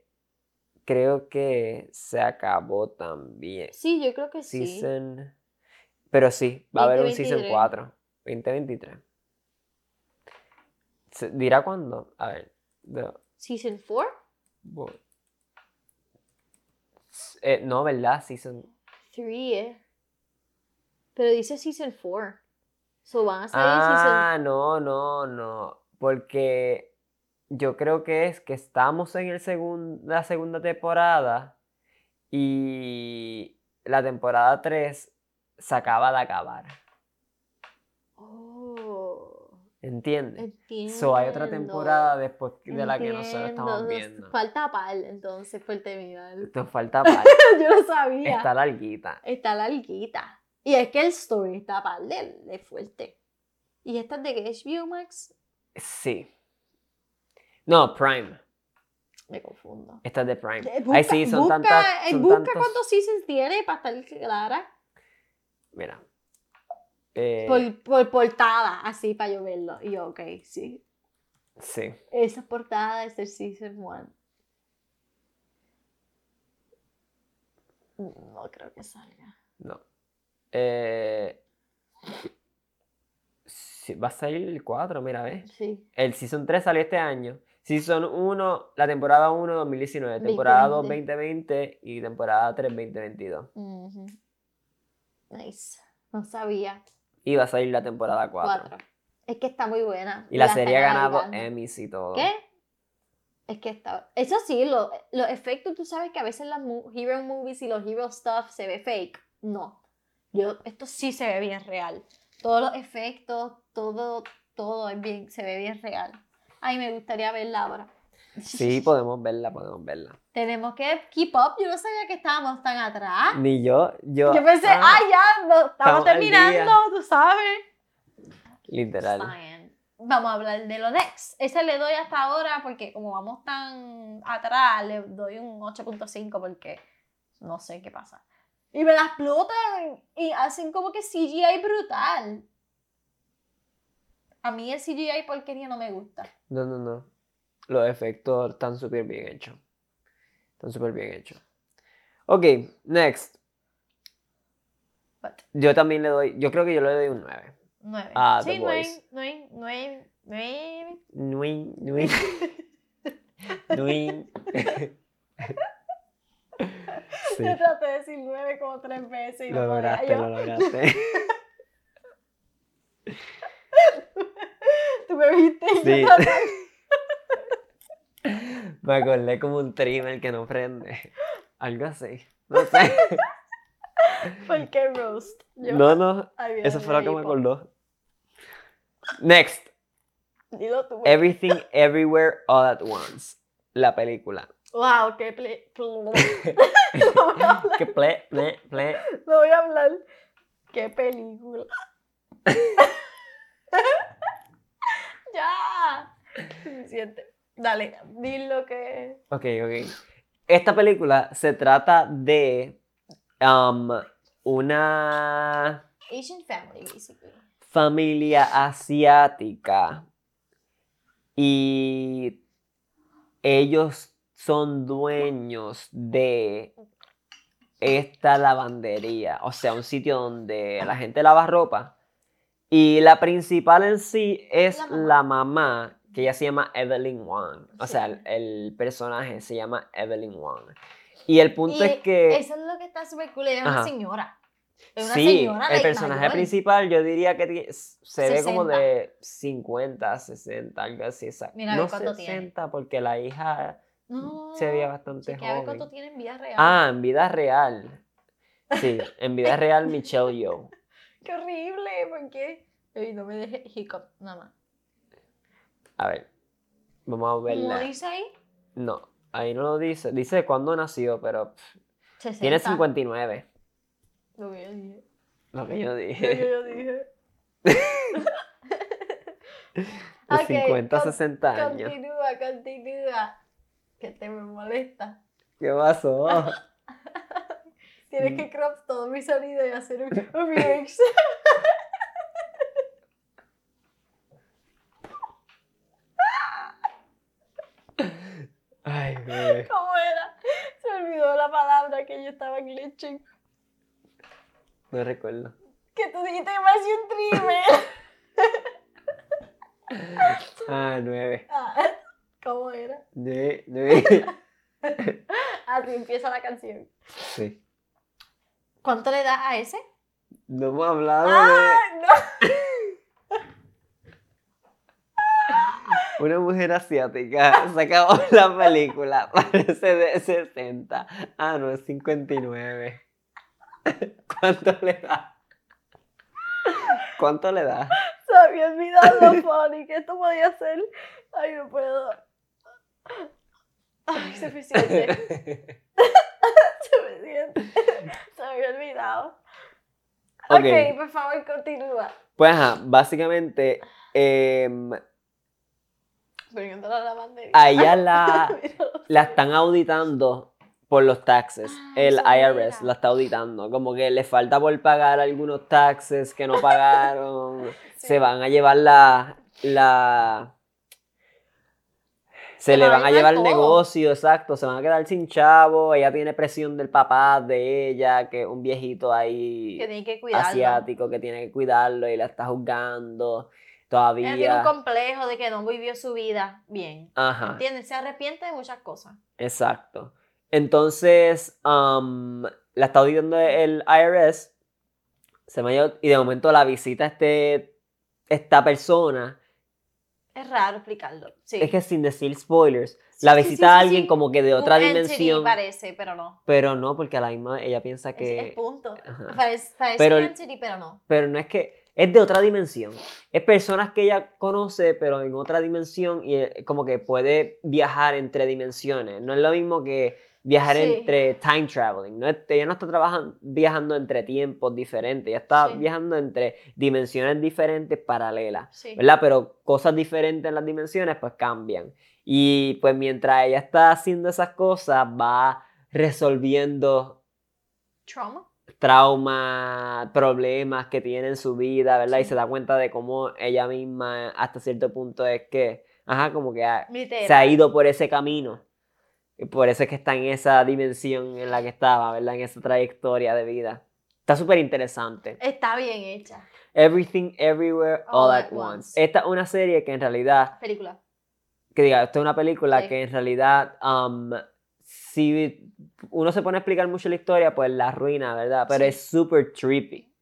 S2: Creo que se acabó también.
S1: Sí, yo creo que sí.
S2: Season. Pero sí, va a haber un season
S1: 2023.
S2: 4. 2023. Se- ¿Dirá cuándo? A ver. de-
S1: Season 4?
S2: bo- S- eh, no, ¿verdad? Season.
S1: 3, eh. Pero dice season 4. So van a salir
S2: Ah, no, no, no. Porque yo creo que es que estamos en el segun- la segunda temporada y la temporada 3 se acaba de acabar.
S1: season. Oh.
S2: ¿Entiendes?
S1: Entiendo.
S2: So, hay otra temporada después de la que nosotros
S1: Entiendo.
S2: estamos
S1: Nos
S2: viendo.
S1: Falta pal, entonces, por terminar.
S2: Nos falta
S1: *laughs*
S2: par.
S1: Yo lo sabía.
S2: Está larguita.
S1: Está larguita. Y es que el story está par de, de fuerte. Y esta es de que HBO Max,
S2: Sí. No, Prime.
S1: me confundo.
S2: Esta es de Prime.
S1: Eh,
S2: Ay, sí, son
S1: busca,
S2: tantas.
S1: eh,
S2: son
S1: busca
S2: tantos-
S1: cuántos seasons tiene para estar clara.
S2: Mira. Eh,
S1: Por, por portada, así para yo verlo. Y yo, ok, sí.
S2: Sí.
S1: Esa portada es el season 1. No creo que salga.
S2: No. Eh, sí, va a salir el 4, mira, ¿ves?
S1: Sí.
S2: El Season 3 salió este año. Season 1, la temporada 1 2019, temporada 2 2020 y temporada 3 2022.
S1: Ujú. Nice. No sabía.
S2: Y va a salir la temporada 4.
S1: Cuatro. Es que está muy buena.
S2: Y la,
S1: están
S2: serie ha ganado
S1: alargando.
S2: Emmys y todo.
S1: ¿Qué? Es que está. Eso sí, lo- los efectos, tú sabes que a veces las mu- hero movies y los hero stuff se ve fake. No. Yo, esto sí se ve bien real. Todos los efectos, todo, todo es bien, se ve bien real. Ay, me gustaría verla ahora. *laughs*
S2: Sí, pues. podemos verla, podemos verla.
S1: Tenemos que keep up. Yo no sabía que estábamos tan atrás.
S2: Ni yo, yo.
S1: Yo pensé,
S2: ah,
S1: ah, ya, no, estamos
S2: estamos al día".
S1: terminando, tú sabes.
S2: Literal.
S1: Fine. Vamos a hablar de lo next. Ese le doy hasta ahora porque como vamos tan atrás, le doy un 8.5 porque no sé qué pasa. Y me la explotan y hacen como que CGI brutal. A mí el CGI porquería no me gusta.
S2: No, no, no. Los efectos están súper bien hechos. Están súper bien hechos. Ok, next.
S1: But,
S2: Yo también le doy, yo creo que yo le doy un 9.
S1: 9.
S2: Ah,
S1: sí,
S2: The
S1: 9,
S2: Voice.
S1: 9, 9, 9.
S2: Nui,
S1: *laughs*
S2: nui. Nui. Sí,
S1: Yo traté de decir 9 como tres veces y
S2: lo
S1: no podía.
S2: lograste,
S1: Yo- *laughs*
S2: lo lograste.
S1: Tú me viste y
S2: Sí.
S1: yo traté
S2: Me acordé como un trimmer que no prende. Algo así.
S1: *laughs*
S2: No sé.
S1: ¿Por qué roast? Yo-
S2: No, no.
S1: Ay, mira,
S2: Eso fue lo que me
S1: hipo.
S2: acordó. Next.
S1: Dilo tú. pues.
S2: Everything Everywhere All at Once. La película.
S1: Wow, qué *laughs*
S2: *laughs*
S1: ple... *laughs* no, voy a hablar,
S2: Que ple, ple, ple.
S1: no voy a hablar. Qué película. *laughs* ya. Suficiente. Dale, dilo que...
S2: Ok, ok. Esta película se trata de um, una
S1: Asian family, basically.
S2: familia asiática y ellos son dueños de esta lavandería, o sea, un sitio donde la gente lava ropa y la principal en sí es
S1: La mamá.
S2: la mamá, que ella se llama Evelyn Wang, o
S1: Sí.
S2: sea, el, el personaje se llama Evelyn Wang. Y el punto es
S1: Y
S2: que...
S1: Eso es lo que está súper cool. Ella es una
S2: Ajá.
S1: señora. Es una
S2: Sí,
S1: señora
S2: el
S1: like,
S2: personaje
S1: mayor.
S2: principal yo diría que ti- s- se ve como de 50, 60, algo así. exacto.
S1: Mira a ver
S2: no
S1: cuánto
S2: 60
S1: tiene.
S2: porque la hija
S1: No,
S2: se veía bastante
S1: chequea a ver
S2: joven.
S1: cuánto tiene en vida real.
S2: Ah, en vida real. Sí,
S1: *laughs*
S2: en vida real Michelle Yeoh.
S1: Qué horrible, ¿por qué? Ey, no me deje hiccup, nada más.
S2: A ver, vamos a
S1: ¿Cómo
S2: verla.
S1: dice ahí?
S2: No, ahí no lo dice. Dice cuándo nació, pero pff, Tiene
S1: 60.
S2: 59.
S1: Lo que yo dije.
S2: Lo que yo
S1: Lo que
S2: dije.
S1: yo
S2: *laughs*
S1: dije.
S2: De
S1: *laughs*
S2: *laughs*
S1: Ok,
S2: 50 a
S1: con-
S2: 60 años.
S1: Continúa, continúa. Que te me molesta.
S2: ¿Qué pasó?
S1: *laughs* Tienes
S2: Mm.
S1: que crop todo mi sonido y hacer un, un remix. *laughs*
S2: Ay, güey.
S1: ¿Cómo era? Se me olvidó la palabra que yo estaba glitching.
S2: No recuerdo.
S1: Que tú dijiste que parecía un
S2: *laughs*
S1: trimmer.
S2: Ah, 9.
S1: Ah, ¿Cómo era?
S2: 9.
S1: *laughs*
S2: 9.
S1: Así empieza la canción.
S2: Sí.
S1: ¿Cuánto le das a ese?
S2: Eh, No hemos hablado
S1: ¡Ah! No.
S2: de una mujer asiática. Se acabó *laughs* la película. Parece de 60. Ah, no, es 59. *laughs* ¿Cuánto le da? ¿Cuánto le da?
S1: Se me había olvidado lo
S2: *laughs*
S1: funny que esto podía ser. Ay, no puedo. Ay, suficiente.
S2: *laughs*
S1: Suficiente. Se me había olvidado.
S2: Ok.
S1: ok, por favor, continúa.
S2: *laughs* Pues ajá, básicamente. em,
S1: Pregúntale a la banderita. *laughs*
S2: a ella la,
S1: Mira los
S2: la están auditando por los taxes.
S1: Ah,
S2: El
S1: eso era.
S2: IRS la está auditando. Como que le falta por pagar algunos taxes que no
S1: *laughs*
S2: pagaron. Se van a llevar la. la se,
S1: Se
S2: le
S1: la
S2: van
S1: van
S2: a
S1: a
S2: llevar el
S1: todo.
S2: negocio, exacto. Se van a quedar sin chavo. Ella tiene presión del papá de ella, que es un viejito ahí
S1: Que tiene que cuidarlo.
S2: asiático que tiene que cuidarlo y la está juzgando
S1: Ella tiene un
S2: todavía.
S1: complejo de que no vivió su vida bien.
S2: Ajá.
S1: ¿Entiendes? Se arrepiente de muchas cosas.
S2: Exacto. Entonces, am, la está auditando el IRS, se me ha ido- y de momento la visita este, esta persona,
S1: Es raro explicarlo. Sí.
S2: es que sin decir spoilers,
S1: Sí,
S2: la
S1: sí,
S2: visita
S1: sí, sí,
S2: a alguien
S1: sí.
S2: como que de
S1: Un
S2: otra
S1: entity
S2: dimensión,
S1: parece, pero no.
S2: pero no, porque a la misma ella piensa
S1: Es-
S2: que...
S1: Es, punto.
S2: Ajá.
S1: Parece, parece
S2: Pero
S1: un
S2: el-
S1: entity, pero no.
S2: pero no es que es de otra dimensión. Es personas que ella conoce, pero en otra dimensión y eh, como que puede viajar entre dimensiones. No es lo mismo que viajar
S1: Sí.
S2: entre time traveling. No es- ella no está trabajando, viajando entre tiempos diferentes. Ella está
S1: Sí.
S2: viajando entre dimensiones diferentes paralelas,
S1: Sí.
S2: ¿verdad? Pero cosas diferentes en las dimensiones pues cambian. Y pues mientras ella está haciendo esas cosas, va resolviendo
S1: Trauma.
S2: traumas, problemas que tiene en su vida, ¿verdad? Y se da cuenta de cómo ella misma hasta cierto punto es que, ajá, como que ha- se
S1: Literal.
S2: ha ido por ese camino. Y por eso es que está en esa dimensión en la que estaba, ¿verdad? En esa trayectoria de vida. Está súper interesante.
S1: Está bien hecha.
S2: Everything, Everywhere, All, at once. Esta es una serie que en realidad
S1: Película.
S2: que diga, esto es una película
S1: Sí.
S2: que en realidad, um, si uno se pone a explicar mucho la historia, pues la arruina, ¿verdad? Pero
S1: Sí.
S2: es súper trippy.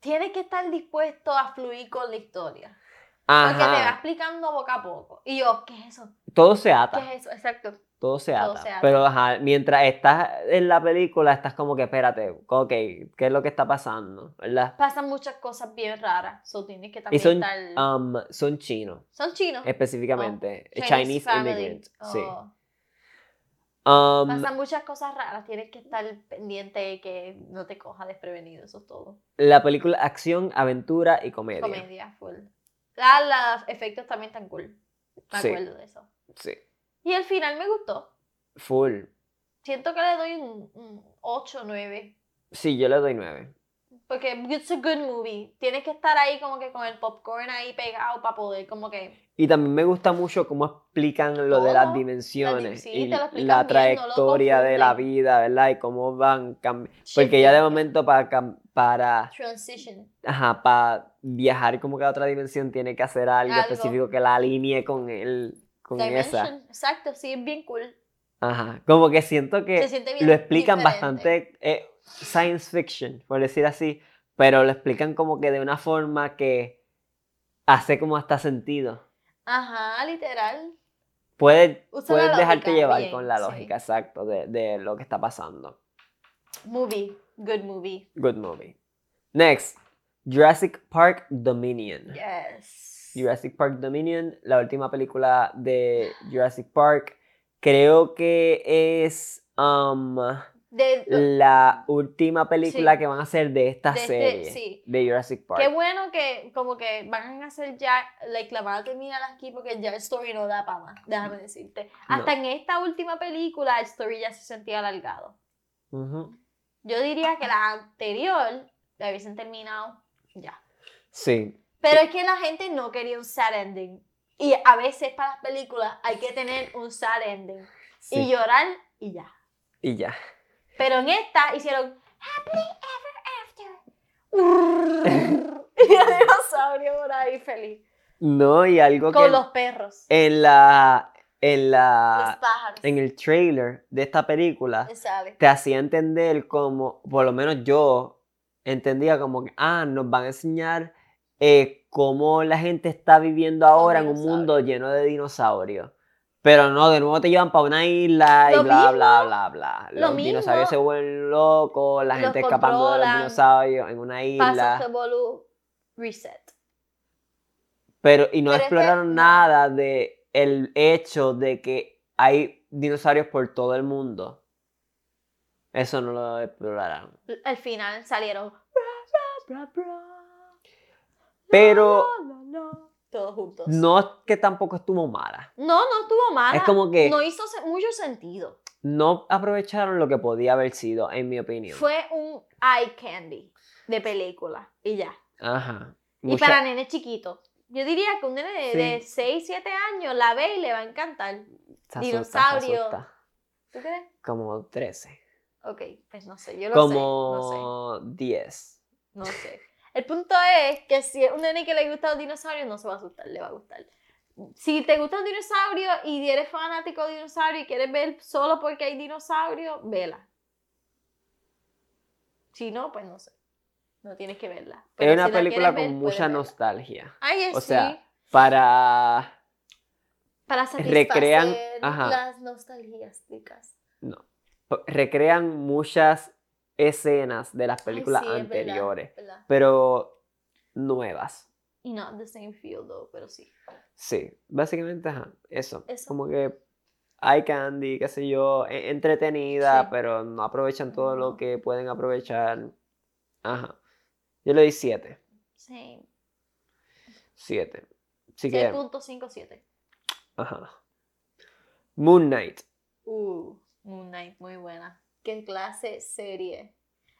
S1: Tienes que estar dispuesto a fluir con la historia. Porque te va
S2: Ajá,
S1: explicando poco a poco. Y yo, ¿qué es eso?
S2: todo se
S1: ¿Qué
S2: ata,
S1: es eso? Exacto.
S2: todo se
S1: todo
S2: ata.
S1: se ata.
S2: Pero ajá, mientras estás en la película, estás como que, espérate, ok, ¿qué es lo que está pasando? ¿Verdad?
S1: Pasan muchas cosas bien raras. So tienes que
S2: Y
S1: también
S2: son,
S1: estar.
S2: um, son chinos,
S1: son chinos.
S2: específicamente,
S1: Oh,
S2: eh,
S1: Chinese
S2: Chinese,
S1: family.
S2: immigrants, sí.
S1: Oh.
S2: Um,
S1: Pasan muchas cosas raras, tienes que estar pendiente de que no te coja desprevenido, eso es todo.
S2: la película acción, aventura y comedia.
S1: Comedia, full. Ah, los efectos también están cool. Me
S2: Sí.
S1: acuerdo de eso.
S2: Sí,
S1: Y el final me gustó.
S2: full.
S1: Siento que le doy un, un 8 o 9.
S2: Sí, yo le doy nueve.
S1: Porque it's a good movie. Tienes que estar ahí como que con el popcorn ahí pegado para poder como que...
S2: Y también me gusta mucho cómo explican lo de las
S1: Todo,
S2: dimensiones
S1: sí,
S2: y
S1: te lo explican
S2: la
S1: bien, no lo
S2: trayectoria de la
S1: confunden.
S2: vida, ¿verdad? Y cómo van cambiando. Porque ya de momento para, cam- para,
S1: Transition.
S2: ajá, para viajar como que a otra dimensión tiene que hacer algo,
S1: Algo.
S2: específico que la alinee con el, con esa.
S1: Dimension. Exacto, sí, es bien cool.
S2: Ajá. Como que siento
S1: Se
S2: que
S1: siente bien
S2: lo explican
S1: diferente.
S2: bastante eh, science fiction, por decir así, pero lo explican como que de una forma que hace como hasta sentido.
S1: Ajá, literal.
S2: Puedes
S1: Usa la
S2: puedes dejarte
S1: lógica,
S2: llevar
S1: bien,
S2: con la
S1: sí.
S2: lógica, exacto, de, de lo que está pasando.
S1: Movie, good movie.
S2: Good movie. Next, Jurassic Park Dominion.
S1: Yes.
S2: Jurassic Park Dominion, la última película de Jurassic Park. Creo que es um,
S1: De,
S2: la última película
S1: Sí.
S2: que van a hacer de esta
S1: De este-
S2: serie
S1: sí.
S2: de Jurassic Park.
S1: qué bueno que como que van a hacer ya, like, la van a terminar aquí porque ya el story no da para más,
S2: Mm.
S1: déjame decirte. Hasta en esta última película el story ya se sentía alargado.
S2: Ujú.
S1: Yo diría que la anterior la hubiesen terminado ya.
S2: Sí,
S1: Pero es que la gente no quería un sad ending. Y a veces para las películas hay que tener un sad ending.
S2: sí,
S1: Y llorar y ya.
S2: y ya.
S1: Pero en esta hicieron Happily
S2: *laughs*
S1: Ever After. *laughs* y el dinosaurio por ahí feliz.
S2: No, y algo que
S1: Con los perros.
S2: en la en
S1: los
S2: la
S1: pájaros.
S2: Ah, en el trailer de esta película
S1: ¿Sabes?
S2: te hacía entender como, por lo menos yo entendía como que, ah, nos van a enseñar eh, cómo la gente está viviendo ahora en un
S1: dinosaurios.
S2: mundo lleno de dinosaurios. Pero no, de nuevo te llevan para una isla y
S1: Lo
S2: bla,
S1: mismo.
S2: bla, bla, bla.
S1: Lo
S2: Los
S1: mismo.
S2: dinosaurios se vuelven locos, la
S1: Los
S2: gente escapando de los
S1: controlan.
S2: dinosaurios en una isla.
S1: Pasos de Bolu Reset.
S2: Pero, y no
S1: Pero es que-
S2: exploraron nada de el hecho de que hay dinosaurios por todo el mundo. Eso no lo exploraron.
S1: Al final salieron.
S2: Pero
S1: Todos juntos. No,
S2: no es que tampoco estuvo mala.
S1: no estuvo mal.
S2: Es como que-
S1: No hizo se- mucho sentido.
S2: No aprovecharon lo que podía haber sido, en mi opinión.
S1: Fue un eye candy de película. Y ya.
S2: Ajá.
S1: Y
S2: Mucha-
S1: para nenes chiquitos. Yo diría que un nene
S2: Sí.
S1: de 6, 7 años la ve y le va a encantar.
S2: se
S1: dinosaurio. ¿Tú crees?
S2: Como 13.
S1: Ok, pues no sé, yo lo sé. No sé,
S2: como 10.
S1: no sé. El punto es que si es un nene que le gusta los dinosaurios, no se va a asustar, le va a gustar. Si te gustan los dinosaurios y eres fanático de dinosaurios y quieres ver solo porque hay dinosaurios, vela. Si no, pues no sé. No tienes que verla. Pero
S2: Es una
S1: si la
S2: película
S1: quieres ver,
S2: con mucha
S1: puedes verla.
S2: nostalgia.
S1: Ay, es
S2: o
S1: sí.
S2: sea, Para
S1: para satisfacer
S2: recrean- ajá.
S1: las nostalgias chicas.
S2: p- recrean muchas escenas de las
S1: Ay,
S2: películas
S1: sí, es verdad,
S2: anteriores,
S1: verdad.
S2: pero nuevas.
S1: Y not the same feel though, pero sí.
S2: Sí, básicamente, ajá, eso.
S1: Eso.
S2: Como que hay candy, qué sé yo, e- entretenida,
S1: Sí.
S2: pero no aprovechan todo lo
S1: No.
S2: que pueden aprovechar. Ajá. Yo le di 7.
S1: Same.
S2: 7. Así que,
S1: 6.57.
S2: ajá. Moon Knight.
S1: Uh, Moon Knight, muy buena. ¿Qué clase serie?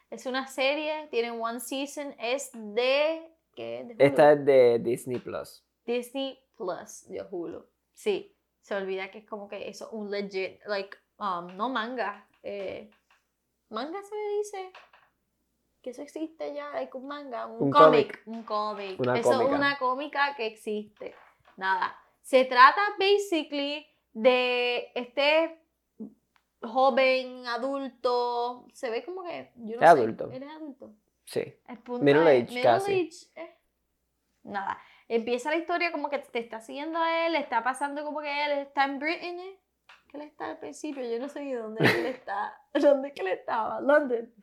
S1: Es una serie, tiene one season, es de. ¿Qué? De Hulu.
S2: Esta es de Disney Plus.
S1: Disney Plus, yo Hulu. Sí, se olvida que es como que eso, un legit, like, um, no manga. eh, manga se le dice. Que eso existe ya, like un manga, un,
S2: Un
S1: cómic. Un cómic.
S2: Una
S1: eso es
S2: cómica.
S1: una cómica que existe. Nada. Se trata basically de este joven adulto. Se ve como que. Yo no
S2: Es
S1: sé,
S2: adulto.
S1: Él es adulto.
S2: Sí.
S1: El punto
S2: Middle
S1: es-
S2: age, casi.
S1: age, eh. Nada. Empieza la historia como que te está siguiendo a él, está pasando como que él está en Britain. ¿eh? Que él está al principio, yo no sé ni dónde él está. *laughs* ¿Dónde es que él estaba? London.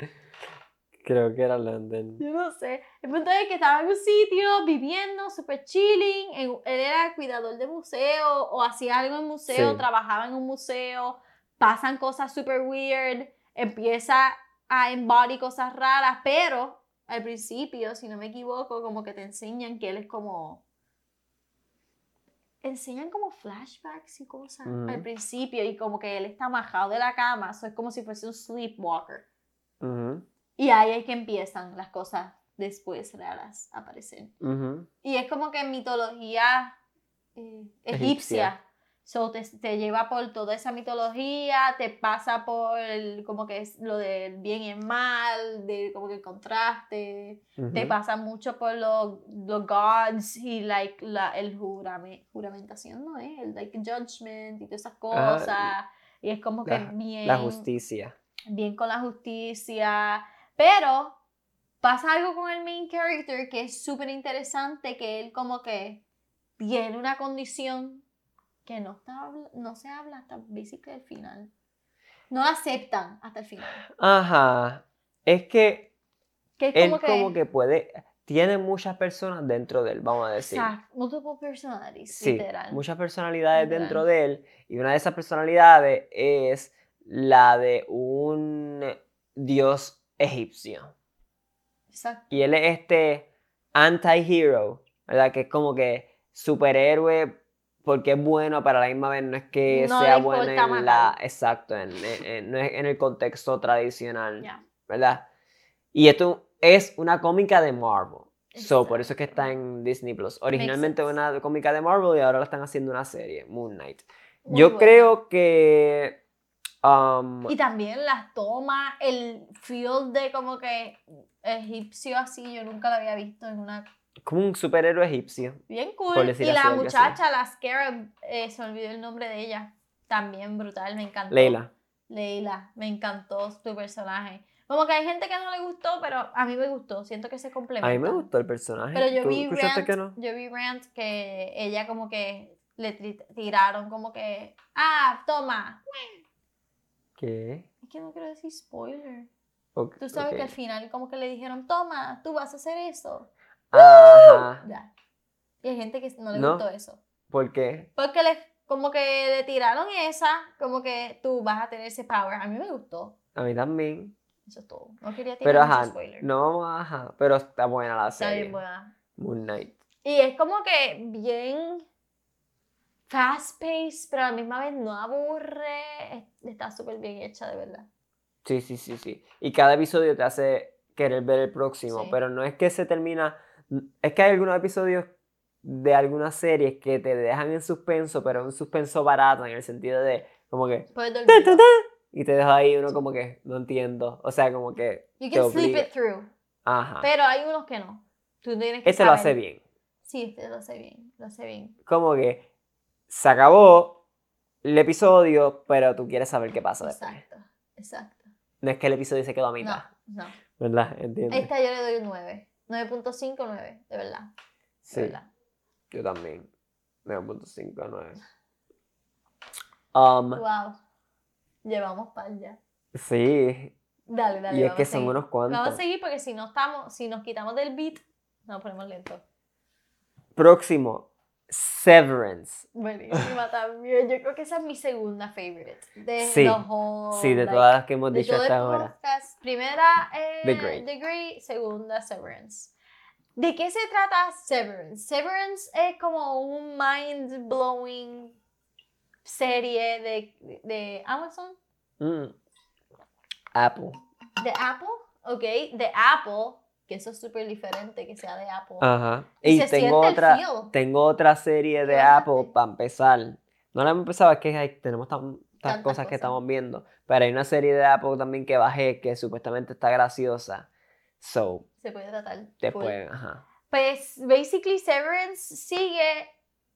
S2: Creo que era London.
S1: Yo no sé. El punto es que estaba en un sitio viviendo, super chilling. en- él era cuidador de museo o hacía algo en museo,
S2: Sí.
S1: trabajaba en un museo. Pasan cosas super weird. Empieza a embody cosas raras, pero al principio, si no me equivoco, como que te enseñan que él es como. Enseñan como flashbacks y cosas
S2: Ujú.
S1: al principio y como que él está majado de la cama, eso es como si fuese un sleepwalker.
S2: Ujú,
S1: Y ahí es que empiezan las cosas después raras a aparecer.
S2: ujú.
S1: Y es como que mitología eh, egipcia.
S2: Egipcia.
S1: So, te, te lleva por toda esa mitología, te pasa por el- como que es lo del bien y el mal, de como que el contraste. Te
S2: Ujú.
S1: pasa mucho por los, los gods y like, la, el jurame- juramentación, ¿no? Eh? El like, judgment y todas esas
S2: Ah,
S1: cosas. y es como
S2: la-
S1: que bien
S2: La justicia.
S1: bien con la justicia, pero pasa algo con el main character que es súper interesante, que él como que tiene una condición que no, está, habl- no se habla hasta básicamente el final. No la aceptan hasta el final.
S2: Ajá. Es que
S1: Que es
S2: él
S1: como que...
S2: como que puede, tiene muchas personas dentro de él, vamos a decir.
S1: Exacto, multiple personalities,
S2: Sí,
S1: literal.
S2: muchas personalidades
S1: Literal.
S2: dentro de él y una de esas personalidades es la de un dios egipcio.
S1: Exacto.
S2: Y él es este anti-hero, ¿verdad? Que es como que superhéroe porque es bueno, pero a la misma vez no es que
S1: No
S2: sea
S1: le
S2: bueno
S1: importa
S2: en la...
S1: matar.
S2: Exacto, en, en- en- no es en el contexto tradicional,
S1: Ya.
S2: ¿verdad? Y esto es una cómica de Marvel. So,
S1: Exacto.
S2: por eso es que está en Disney Plus. Originalmente
S1: sense.
S2: una cómica de Marvel y ahora la están haciendo una serie, Moon Knight.
S1: Muy
S2: Yo
S1: buena.
S2: creo que. um,
S1: Y también las tomas, el feel de como que egipcio así, yo nunca lo había visto en una...
S2: como un superhéroe egipcio.
S1: Bien cool.
S2: Por decir
S1: y la
S2: así, algo así.
S1: muchacha, la Scarab, eh, se me olvidó el nombre de ella. También brutal, me encantó.
S2: Leila.
S1: Leila, me encantó tu personaje. Como que hay gente que no le gustó, pero a mí me gustó. Siento que se complementa.
S2: A mí me gustó el personaje.
S1: Pero yo
S2: ¿Tú
S1: vi,
S2: escuchaste
S1: rant,
S2: que no?
S1: yo vi rant que ella como que le tri- tiraron como que, ah, toma.
S2: ¿Qué?
S1: Es que no quiero decir spoiler.
S2: Ok,
S1: Tú sabes
S2: ok.
S1: que al final como que le dijeron, toma, tú vas a hacer eso. *laughs*
S2: Ajá.
S1: Ya. Y hay gente que no le
S2: No.
S1: gustó eso.
S2: ¿Por qué?
S1: Porque le, como que le tiraron esa, como que tú vas a tener ese power. A mí me gustó.
S2: A mí también.
S1: Eso es todo. No quería tirar
S2: Pero
S1: mucho
S2: ajá.
S1: spoiler.
S2: No vamos a ajá. Pero está buena la
S1: Está
S2: serie.
S1: bien buena.
S2: Moon Knight.
S1: Y es como que bien fast paced, pero a la misma vez no aburre. Es- Está súper bien hecha, de verdad.
S2: Sí, sí, sí, sí. Y cada episodio te hace querer ver el próximo,
S1: Sí.
S2: pero no es que se termina, es que hay algunos episodios de algunas series que te dejan en suspenso, pero un suspenso barato en el sentido de como que
S1: Puedes
S2: "Ta, ta,
S1: dormir.
S2: ta", y te deja ahí uno como que no entiendo, o sea, como que
S1: You
S2: te
S1: can sleep
S2: obliga.
S1: it through.
S2: ajá.
S1: Pero hay unos que no. Tú tienes que
S2: Ah. Ese lo hace
S1: saber.
S2: bien.
S1: Sí, este lo hace bien. Lo hace bien.
S2: Como que se acabó el episodio, pero tú quieres saber qué pasa después.
S1: Exacto. Exacto.
S2: No es que el episodio se quedó a
S1: No,
S2: mitad,
S1: no.
S2: ¿verdad? ¿Entiendes?
S1: Esta yo le doy un 9. 9.5, 9. De verdad. De
S2: Sí.
S1: verdad.
S2: Yo también. 9.5 a 9. Um,
S1: Wow. Llevamos par ya.
S2: sí,
S1: Dale, dale.
S2: y es
S1: vamos
S2: que
S1: a
S2: son
S1: seguir. Vamos a
S2: unos cuantos.
S1: seguir porque si no estamos, si nos quitamos del beat, nos ponemos
S2: *laughs*
S1: lentos.
S2: Próximo, Severance.
S1: Buenísima también. Yo creo que esa es mi segunda favorite. De
S2: Sí.
S1: The Whole,
S2: Sí, de
S1: Oh, like,
S2: todas las que hemos
S1: de
S2: dicho
S1: todo el
S2: hasta ahora.
S1: podcast. Primera, eh,
S2: The Great.
S1: Great, segunda, Severance. ¿De qué se trata Severance? Severance es como un mind blowing serie de, de Amazon,
S2: Mm. Apple.
S1: de Apple, ok, de Apple, que eso es súper diferente que sea de Apple.
S2: Ajá.
S1: Y
S2: Ah,
S1: se
S2: Y tengo
S1: siente el
S2: otra,
S1: feel.
S2: tengo otra serie de
S1: Qué
S2: Apple
S1: bastante.
S2: para empezar. No la hemos empezado, es que hay- tenemos tan- tantas
S1: Tantas
S2: cosas que
S1: cosas.
S2: estamos viendo. Pero hay una serie de Apple también que bajé que supuestamente está graciosa. So,
S1: se puede tratar. full.
S2: después, ajá.
S1: Pues, basically, Severance sigue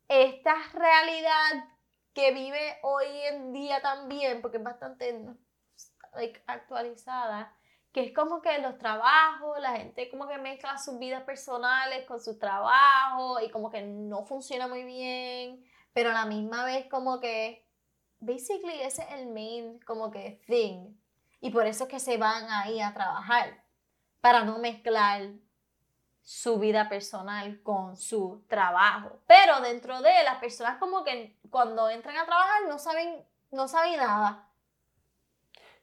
S1: esta realidad que vive hoy en día también, porque es bastante mm, like, actualizada, que es como que los trabajos, la gente como que mezcla sus vidas personales con su trabajo y como que no funciona muy bien, pero a la misma vez como que, basically, ese es el main como que thing. Y por eso es que se van ahí a trabajar, para no mezclar su vida personal con su trabajo. Pero dentro de las personas como que cuando entran a trabajar no saben, no saben nada.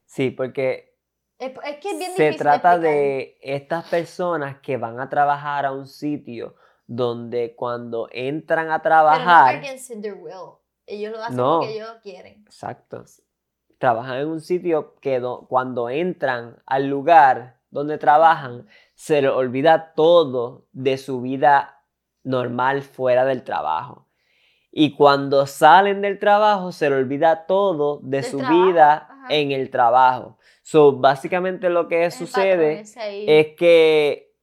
S2: Sí, porque
S1: Es, es que es bien
S2: se
S1: difícil
S2: trata
S1: explicar.
S2: de estas personas que van a trabajar a un sitio donde cuando entran a
S1: Pero no
S2: trabajar,
S1: against their will. Ellos lo hacen
S2: No.
S1: porque ellos quieren.
S2: exacto, trabajan en un sitio que do- cuando entran al lugar donde trabajan, se les olvida todo de su vida normal fuera del trabajo. Y cuando salen del trabajo, se les olvida todo de
S1: Del
S2: su
S1: trabajo,
S2: vida
S1: ajá.
S2: en el trabajo. So, básicamente lo que
S1: Es el
S2: sucede
S1: patrón ese ahí.
S2: es que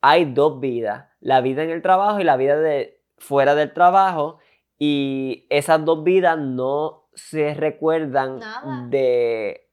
S2: hay dos vidas, la vida en el trabajo y la vida de fuera del trabajo, y esas dos vidas no se recuerdan
S1: Nada.
S2: de,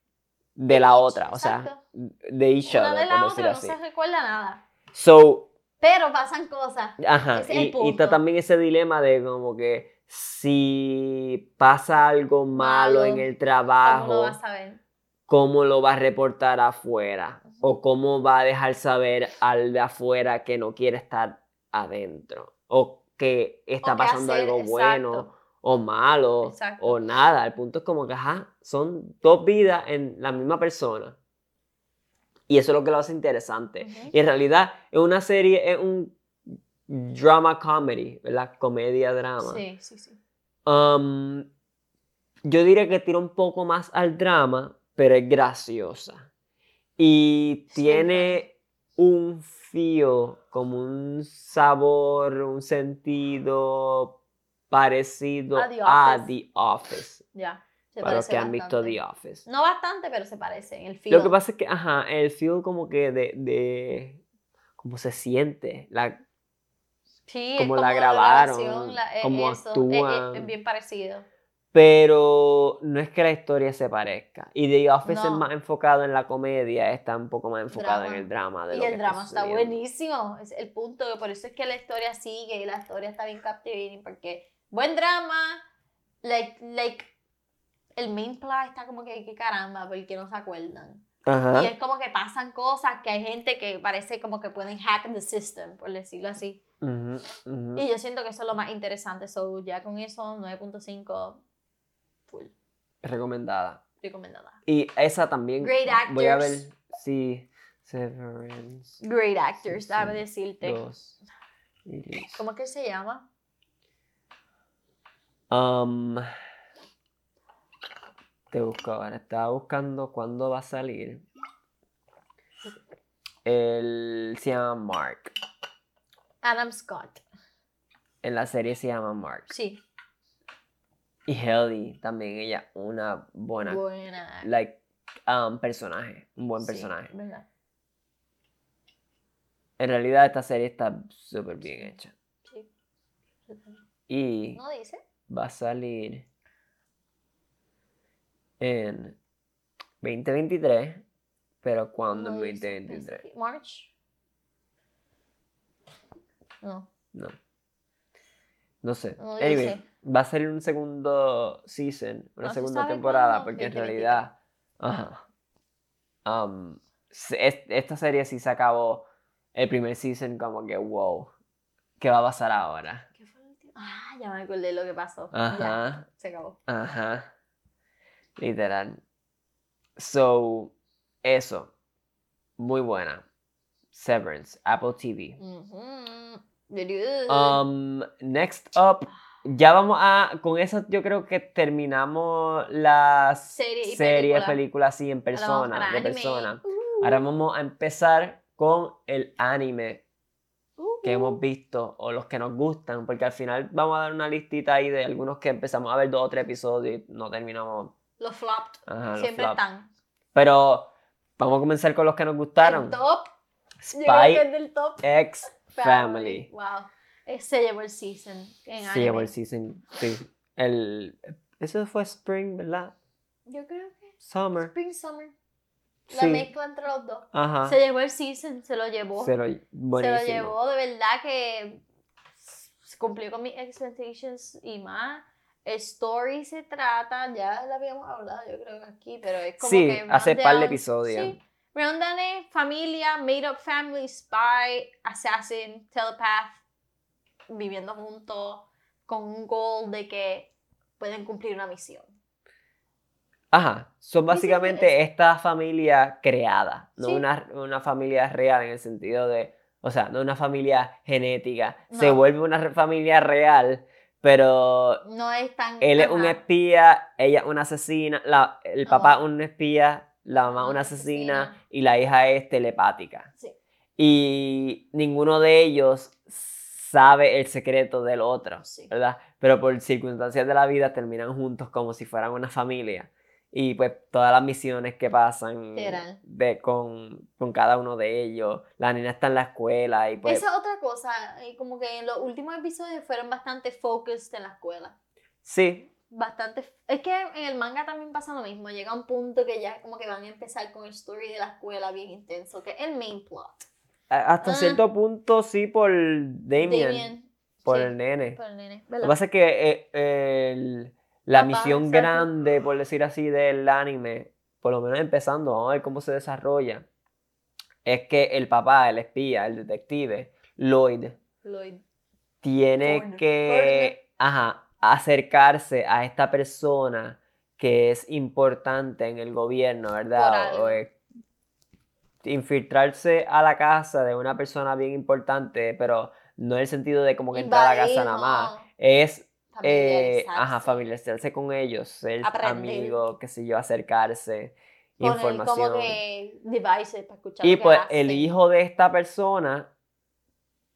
S2: de la
S1: each,
S2: otra, o sea,
S1: exacto.
S2: de each
S1: Una
S2: other,
S1: de
S2: por
S1: la
S2: decirlo
S1: otra no
S2: así.
S1: se recuerda nada.
S2: So,
S1: Pero pasan cosas.
S2: ajá,
S1: Ese es
S2: y,
S1: el
S2: y está
S1: punto.
S2: también ese dilema de como que si pasa algo malo, en
S1: Malo,
S2: el
S1: ¿Cómo
S2: trabajo,
S1: lo vas a ver?
S2: cómo lo va a reportar afuera o cómo va a dejar saber al de afuera que no quiere estar adentro o que está
S1: O qué
S2: pasando
S1: hacer,
S2: algo
S1: exacto.
S2: bueno o malo
S1: Exacto.
S2: o nada. El punto es como que, ajá, son dos vidas en la misma persona. Y eso es lo que lo hace interesante.
S1: Ujú.
S2: Y en realidad es una serie, es un drama comedy, ¿verdad? Comedia, drama.
S1: Sí, sí, sí.
S2: Um, yo diría que tira un poco más al drama, pero es graciosa. Y
S1: Sí,
S2: tiene un feel, como un sabor, un sentido parecido
S1: A The
S2: a
S1: Office.
S2: The Office.
S1: Ya. Se
S2: para los
S1: parece
S2: que han visto
S1: bastante.
S2: The Office.
S1: No bastante, pero se parece en el feel.
S2: Lo que pasa es que, ajá, el feel como que de, de cómo se siente, la,
S1: sí,
S2: como
S1: es
S2: la
S1: grabación,
S2: grabaron,
S1: la- es eso,
S2: cómo
S1: es- es- Es,
S2: actúan.
S1: bien parecido.
S2: pero no es que la historia se parezca. Y The Office es
S1: No.
S2: más enfocado en la comedia, está un poco más enfocado
S1: Drama.
S2: en el drama. De
S1: Y
S2: lo que
S1: el drama está
S2: sucediendo.
S1: buenísimo. Es el punto. que Por eso es que la historia sigue y la historia está bien captivating. Porque buen drama, like, like, el main plot está como que, que caramba, porque no se acuerdan.
S2: Ajá.
S1: Y es como que pasan cosas que hay gente que parece como que pueden hack the system, por decirlo así.
S2: Ujú, ujú.
S1: Y yo siento que eso es lo más interesante. So, ya con eso, 9.5, full
S2: Recomendada.
S1: recomendada.
S2: Y esa también.
S1: Great
S2: Voy a ver
S1: actors.
S2: si. Severance.
S1: Great actors,
S2: Sí,
S1: déjame
S2: sí.
S1: decirte.
S2: Dos. Iris.
S1: ¿Cómo es que se llama?
S2: Um, te busco ahora. Estaba buscando cuándo va a salir. Él se llama Mark.
S1: Adam Scott.
S2: En la serie se llama Mark.
S1: Sí.
S2: Y Heidi también, ella, una buena
S1: Buena.
S2: like, um, personaje. Un buen
S1: Sí,
S2: personaje.
S1: ¿verdad?
S2: En realidad, esta serie está súper bien hecha.
S1: Sí.
S2: Y
S1: ¿No dice?
S2: va a salir en 2023. Pero ¿cuándo en
S1: No dice,
S2: 2023?
S1: dice. March. No.
S2: No. No sé.
S1: No, yo
S2: anyway,
S1: sé.
S2: va a salir un segundo season, una
S1: No se
S2: segunda
S1: sabe
S2: temporada,
S1: cuándo,
S2: porque en
S1: 2023.
S2: realidad. Ajá. Am, se- es- esta serie sí se acabó el primer season, como que wow. ¿Qué va a pasar ahora?
S1: ¿Qué fue el último? Ah, ya me acordé lo que pasó. Ya,
S2: Ajá.
S1: se acabó.
S2: Ajá. Literal. So, eso. Muy buena. Severance, Apple TV.
S1: Ujú. Dudu.
S2: Um, next up, ya vamos a, con eso yo creo que terminamos las
S1: Serie y
S2: series,
S1: película.
S2: películas, sí, en
S1: Ahora vamos para
S2: persona, de
S1: anime.
S2: persona.
S1: Uh,
S2: Ahora vamos a empezar con el anime
S1: uh,
S2: que hemos visto o los que nos gustan, porque al final vamos a dar una listita ahí de algunos que empezamos a ver dos o tres episodios y no terminamos.
S1: Los flopped
S2: Ajá, Ah, los
S1: siempre
S2: flops.
S1: están.
S2: Pero vamos a comenzar con los que nos gustaron.
S1: El top. Yo creo que
S2: Spy
S1: es del top.
S2: X Family.
S1: Wow. Eh, Se llevó el season. En
S2: Sí,
S1: anime.
S2: llegó el season. Sí. El, eso fue spring, ¿verdad?
S1: Yo creo que.
S2: Summer.
S1: Spring Summer. La
S2: Ah. Sí.
S1: mezcla entre los dos.
S2: Ajá.
S1: Se llevó el season, se lo llevó.
S2: Se lo,
S1: Se
S2: buenísimo.
S1: lo llevó, de verdad que s- cumplió con mis expectations y más. El story se trata, ya la habíamos hablado, yo creo que aquí, pero es como
S2: Sí,
S1: que.
S2: hace
S1: round
S2: par de
S1: down-
S2: episodios.
S1: Sí. Round down es familia, made up family, spy, assassin, telepath, viviendo juntos con un goal de que pueden cumplir una misión.
S2: Ajá.
S1: Dice
S2: Son
S1: que
S2: básicamente esta familia creada. No
S1: Sí.
S2: una, una familia real en el sentido de. O sea, no una familia genética. Se
S1: No.
S2: vuelve una re- familia real, pero
S1: No es tan.
S2: él es un
S1: ajá,
S2: espía, ella es una asesina, la- el
S1: No.
S2: papá es un espía, la mamá
S1: Ajá,
S2: es una
S1: una
S2: asesina,
S1: asesina.
S2: y la hija es telepática.
S1: Sí.
S2: Y ninguno de ellos sabe el secreto del otro,
S1: Sí.
S2: ¿verdad? Pero por circunstancias de la vida terminan juntos como si fueran una familia. Y pues todas las misiones que pasan
S1: Literal.
S2: de, con, con cada uno de ellos. La nena está en la escuela y pues...
S1: Esa es otra cosa, eh, como que en los últimos episodios fueron bastante focused en la escuela.
S2: Sí,
S1: Bastante. Es que en el manga también pasa lo mismo. Llega un punto que ya como que van a empezar con el story de la escuela bien intenso, que es el main plot.
S2: a- hasta
S1: Ah.
S2: cierto punto sí por Damien. Por
S1: sí,
S2: el nene.
S1: por el nene,
S2: Lo
S1: ¿verdad?
S2: que pasa es que eh, el- la
S1: Papá,
S2: misión
S1: exacto.
S2: grande, por decir así, del anime, por lo menos empezando, vamos a ver cómo se desarrolla, es que el papá, el espía, el detective, Lloyd,
S1: Lloyd.
S2: tiene
S1: Corner.
S2: que ajá, acercarse a esta persona que es importante en el gobierno, ¿verdad?
S1: Por
S2: O- o
S1: algo.
S2: es infiltrarse a la casa de una persona bien importante, pero no en el sentido de como que entrar a la casa nada más. Es eh,
S1: familiarizarse,
S2: ajá, familiarizarse con ellos, ser
S1: Aprender.
S2: amigo, qué sé yo, acercarse,
S1: poner
S2: información.
S1: como que devices para escuchar.
S2: Y
S1: lo que
S2: pues
S1: hacen.
S2: el hijo de esta persona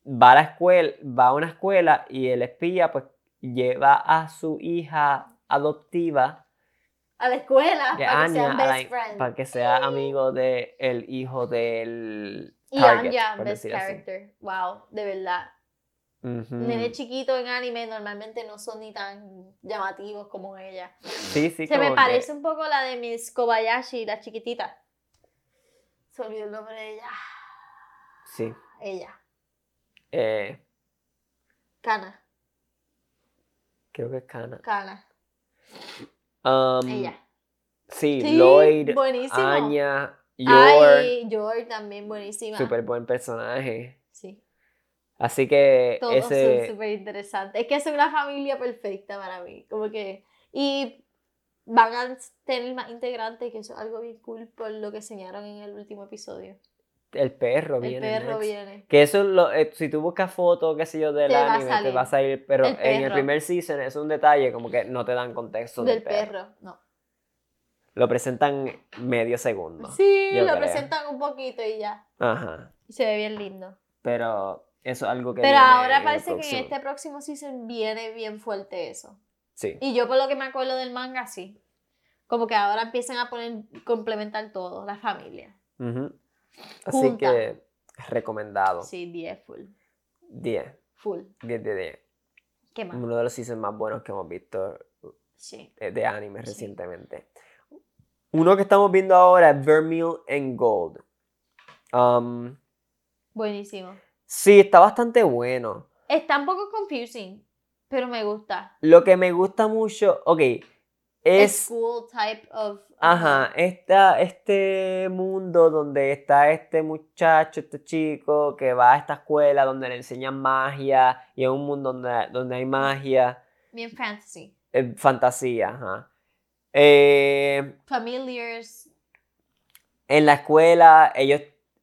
S2: va a la escuela, va a una escuela y el espía pues lleva a su hija adoptiva
S1: A la escuela,
S2: de
S1: Ah, para que
S2: Anya
S1: sean
S2: a la-
S1: best friends.
S2: para que sea amigo de el hijo del
S1: Y
S2: target,
S1: Anya,
S2: por
S1: best
S2: decir así.
S1: character. Wow, de verdad.
S2: Ujú.
S1: Nene chiquito en anime normalmente no son ni tan llamativos como ella.
S2: Sí, sí,
S1: Se me
S2: como que-
S1: parece un poco la de Miss Kobayashi, la chiquitita. Se olvidó el nombre de ella.
S2: sí.
S1: Ella.
S2: Eh,
S1: Kana.
S2: creo que es Kana.
S1: Kana.
S2: Um,
S1: Ella.
S2: Sí,
S1: Sí,
S2: Lloyd,
S1: buenísimo.
S2: Anya, Yor,
S1: Ay, George también buenísima.
S2: súper buen personaje.
S1: Sí.
S2: Así que
S1: Todos
S2: ese...
S1: son súper interesantes. Es que es una familia perfecta para mí. Como que. Y van a tener más integrantes, que eso es algo bien cool por lo que enseñaron en el último episodio.
S2: El perro
S1: El
S2: viene.
S1: perro
S2: next.
S1: viene.
S2: Que eso, es lo, eh, si tú buscas fotos, qué sé yo, del
S1: Te va a
S2: anime, te
S1: salir
S2: va a salir. Pero
S1: el
S2: en el
S1: perro.
S2: primer season es un detalle, como que no te dan contexto del,
S1: Del
S2: perro.
S1: perro. No.
S2: Lo presentan medio segundo.
S1: sí,
S2: yo
S1: lo
S2: creo.
S1: presentan un poquito y ya.
S2: Ajá.
S1: Y se ve bien lindo.
S2: Pero eso es algo que.
S1: Pero
S2: viene en
S1: ahora
S2: el
S1: parece que en
S2: próximo.
S1: este próximo season viene bien fuerte eso.
S2: Sí.
S1: Y yo por lo que me acuerdo del manga, sí. Como que ahora empiezan a poner, complementar todo, la familia.
S2: Ujú. Así
S1: Junta.
S2: que recomendado.
S1: Sí, 10 full.
S2: 10.
S1: Full.
S2: 10 de 10.
S1: ¿Qué más?
S2: Uno de los seasons más buenos que hemos visto
S1: Sí.
S2: eh, de anime
S1: Sí.
S2: recientemente. Uno que estamos viendo ahora es Vermil and Gold. Um,
S1: Buenísimo.
S2: Sí, está bastante bueno.
S1: Está un poco confusing, pero me gusta.
S2: Lo que me gusta mucho, ok,
S1: Es
S2: es,
S1: cool type of. um,
S2: ajá, esta, este mundo donde está este muchacho, este chico que va a esta escuela donde le enseñan magia y es un mundo donde, donde hay magia,
S1: Bien fantasy.
S2: eh, fantasía, ajá. Eh,
S1: Familiars.
S2: en la escuela ellos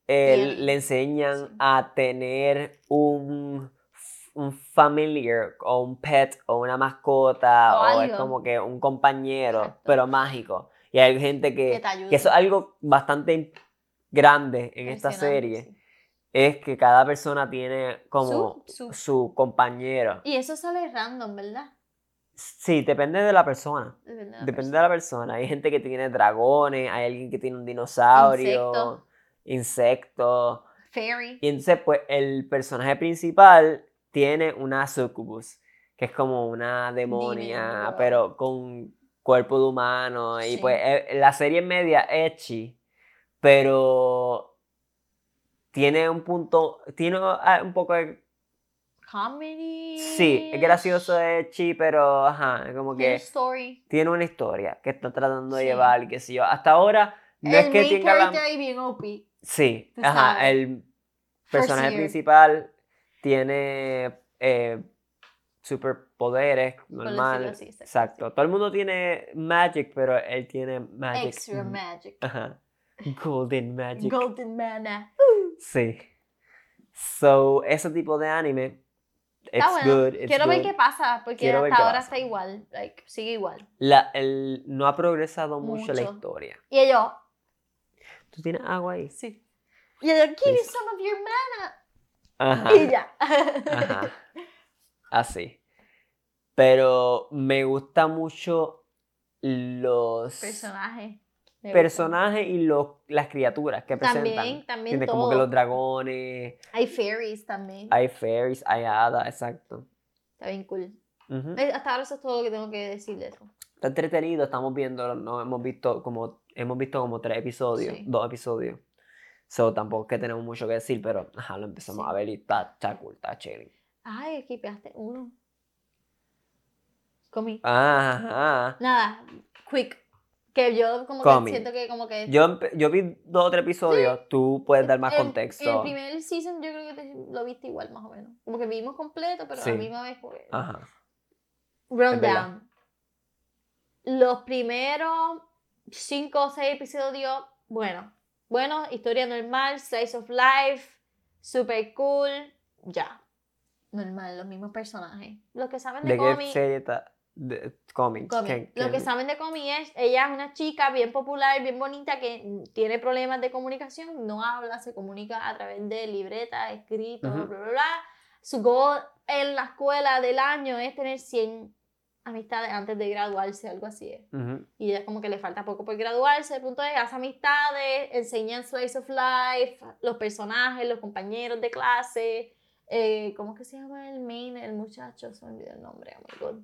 S2: eh,
S1: Tienen,
S2: le enseñan
S1: sí.
S2: a tener un, f- un familiar o un pet o una mascota
S1: O
S2: o, es
S1: algo.
S2: como que un compañero,
S1: Exacto.
S2: pero mágico. Y hay gente
S1: Que
S2: que,
S1: te ayudan.
S2: que Eh, eso es algo bastante im- grande en esta
S1: Impresionante,
S2: serie,
S1: sí.
S2: es que cada persona tiene como
S1: Su- su-
S2: su compañero.
S1: Y eso sale random, ¿verdad?
S2: Sí, depende de la persona.
S1: Depende de pues, la
S2: Depende
S1: persona.
S2: de la persona. Hay gente que tiene dragones, hay alguien que tiene un dinosaurio,
S1: Insecto.
S2: insectos.
S1: Fairy.
S2: Y entonces, pues, el personaje principal tiene una succubus, que es como una demonia,
S1: Diablo.
S2: pero con cuerpo de humano. Y
S1: Sí.
S2: pues, eh, la serie es media ecchi, pero tiene un punto, tiene ah, un poco de...
S1: Comedy.
S2: Sí, es gracioso ecchi, pero, ajá, como que
S1: Tiene story.
S2: tiene una historia que está tratando de
S1: Sí.
S2: llevar, qué sé yo. Hasta ahora no
S1: el
S2: es que
S1: main
S2: tenga la...
S1: character y bien OP.
S2: Sí,
S1: tú
S2: ajá,
S1: sabes.
S2: el personaje
S1: year.
S2: principal tiene eh, superpoderes,
S1: decirlo
S2: normal.
S1: así, exacto,
S2: exacto. Todo el mundo tiene magic, pero él tiene magic.
S1: Extra
S2: mm,
S1: magic.
S2: Ajá. Golden magic.
S1: Golden mana.
S2: sí. So, ese tipo de anime,
S1: Está
S2: it's
S1: Ah, bueno.
S2: good, it's
S1: Quiero ver
S2: good.
S1: qué pasa, porque
S2: Quiero ver
S1: hasta
S2: qué
S1: ahora
S2: pasa.
S1: está igual. Like, sigue igual.
S2: La- el- no ha progresado mucho la
S1: Mucho.
S2: historia.
S1: Y ellos,
S2: ¿Tú tienes agua ahí?
S1: sí. Y ellos, give me
S2: Sí.
S1: some of your
S2: Ah.
S1: mana.
S2: Ajá.
S1: Y ya.
S2: Ajá. Así. Pero me gusta mucho
S1: *laughs*
S2: los
S1: Personaje. Me gusta.
S2: personajes y los, las criaturas que presentan.
S1: También, también
S2: Tiene
S1: todo.
S2: como que los dragones,
S1: Hay fairies también.
S2: hay fairies, hay hadas, exacto.
S1: Está bien cool.
S2: Ujú.
S1: Eh, Hasta ahora eso es todo lo que tengo que decir de eso.
S2: Está entretenido, estamos viendo, no hemos visto como hemos visto como tres episodios,
S1: Sí.
S2: dos episodios. So tampoco es que tenemos mucho que decir, pero ajá, lo empezamos
S1: Sí.
S2: a ver y está, está cool, está chévere.
S1: Ay, aquí pegaste uno. Comí.
S2: Ajá.
S1: Nada, quick. Que yo como que
S2: Comí.
S1: siento que como que...
S2: Yo, empe- yo vi dos o tres episodios, tú puedes dar más
S1: el-
S2: contexto.
S1: El primer season yo creo que te- lo viste igual más o menos. Como que vimos completo, pero a
S2: Sí.
S1: la misma vez como que-
S2: Ajá.
S1: Rundown. Los primeros cinco o seis episodios, bueno, bueno, historia normal, slice of life, super cool, ya. Normal, los mismos personajes. Los que saben de,
S2: ¿De qué
S1: cómic,
S2: serie está? De, cómics.
S1: cómic.
S2: ¿Qué-
S1: Lo
S2: qué-
S1: que saben de Comi es, ella es una chica bien popular, bien bonita, que mm, tiene problemas de comunicación, no habla, se comunica a través de libretas, escritos,
S2: Ujú.
S1: bla, bla, bla. Su goal en la escuela del año es tener 100 amistades antes de graduarse, algo así es.
S2: Ujú.
S1: Y ella como que le falta poco por graduarse, el punto es, hace amistades, enseña Slice of Life, los personajes, los compañeros de clase, eh, ¿cómo es que se llama el main, el muchacho? Se me olvidó el nombre, oh my god.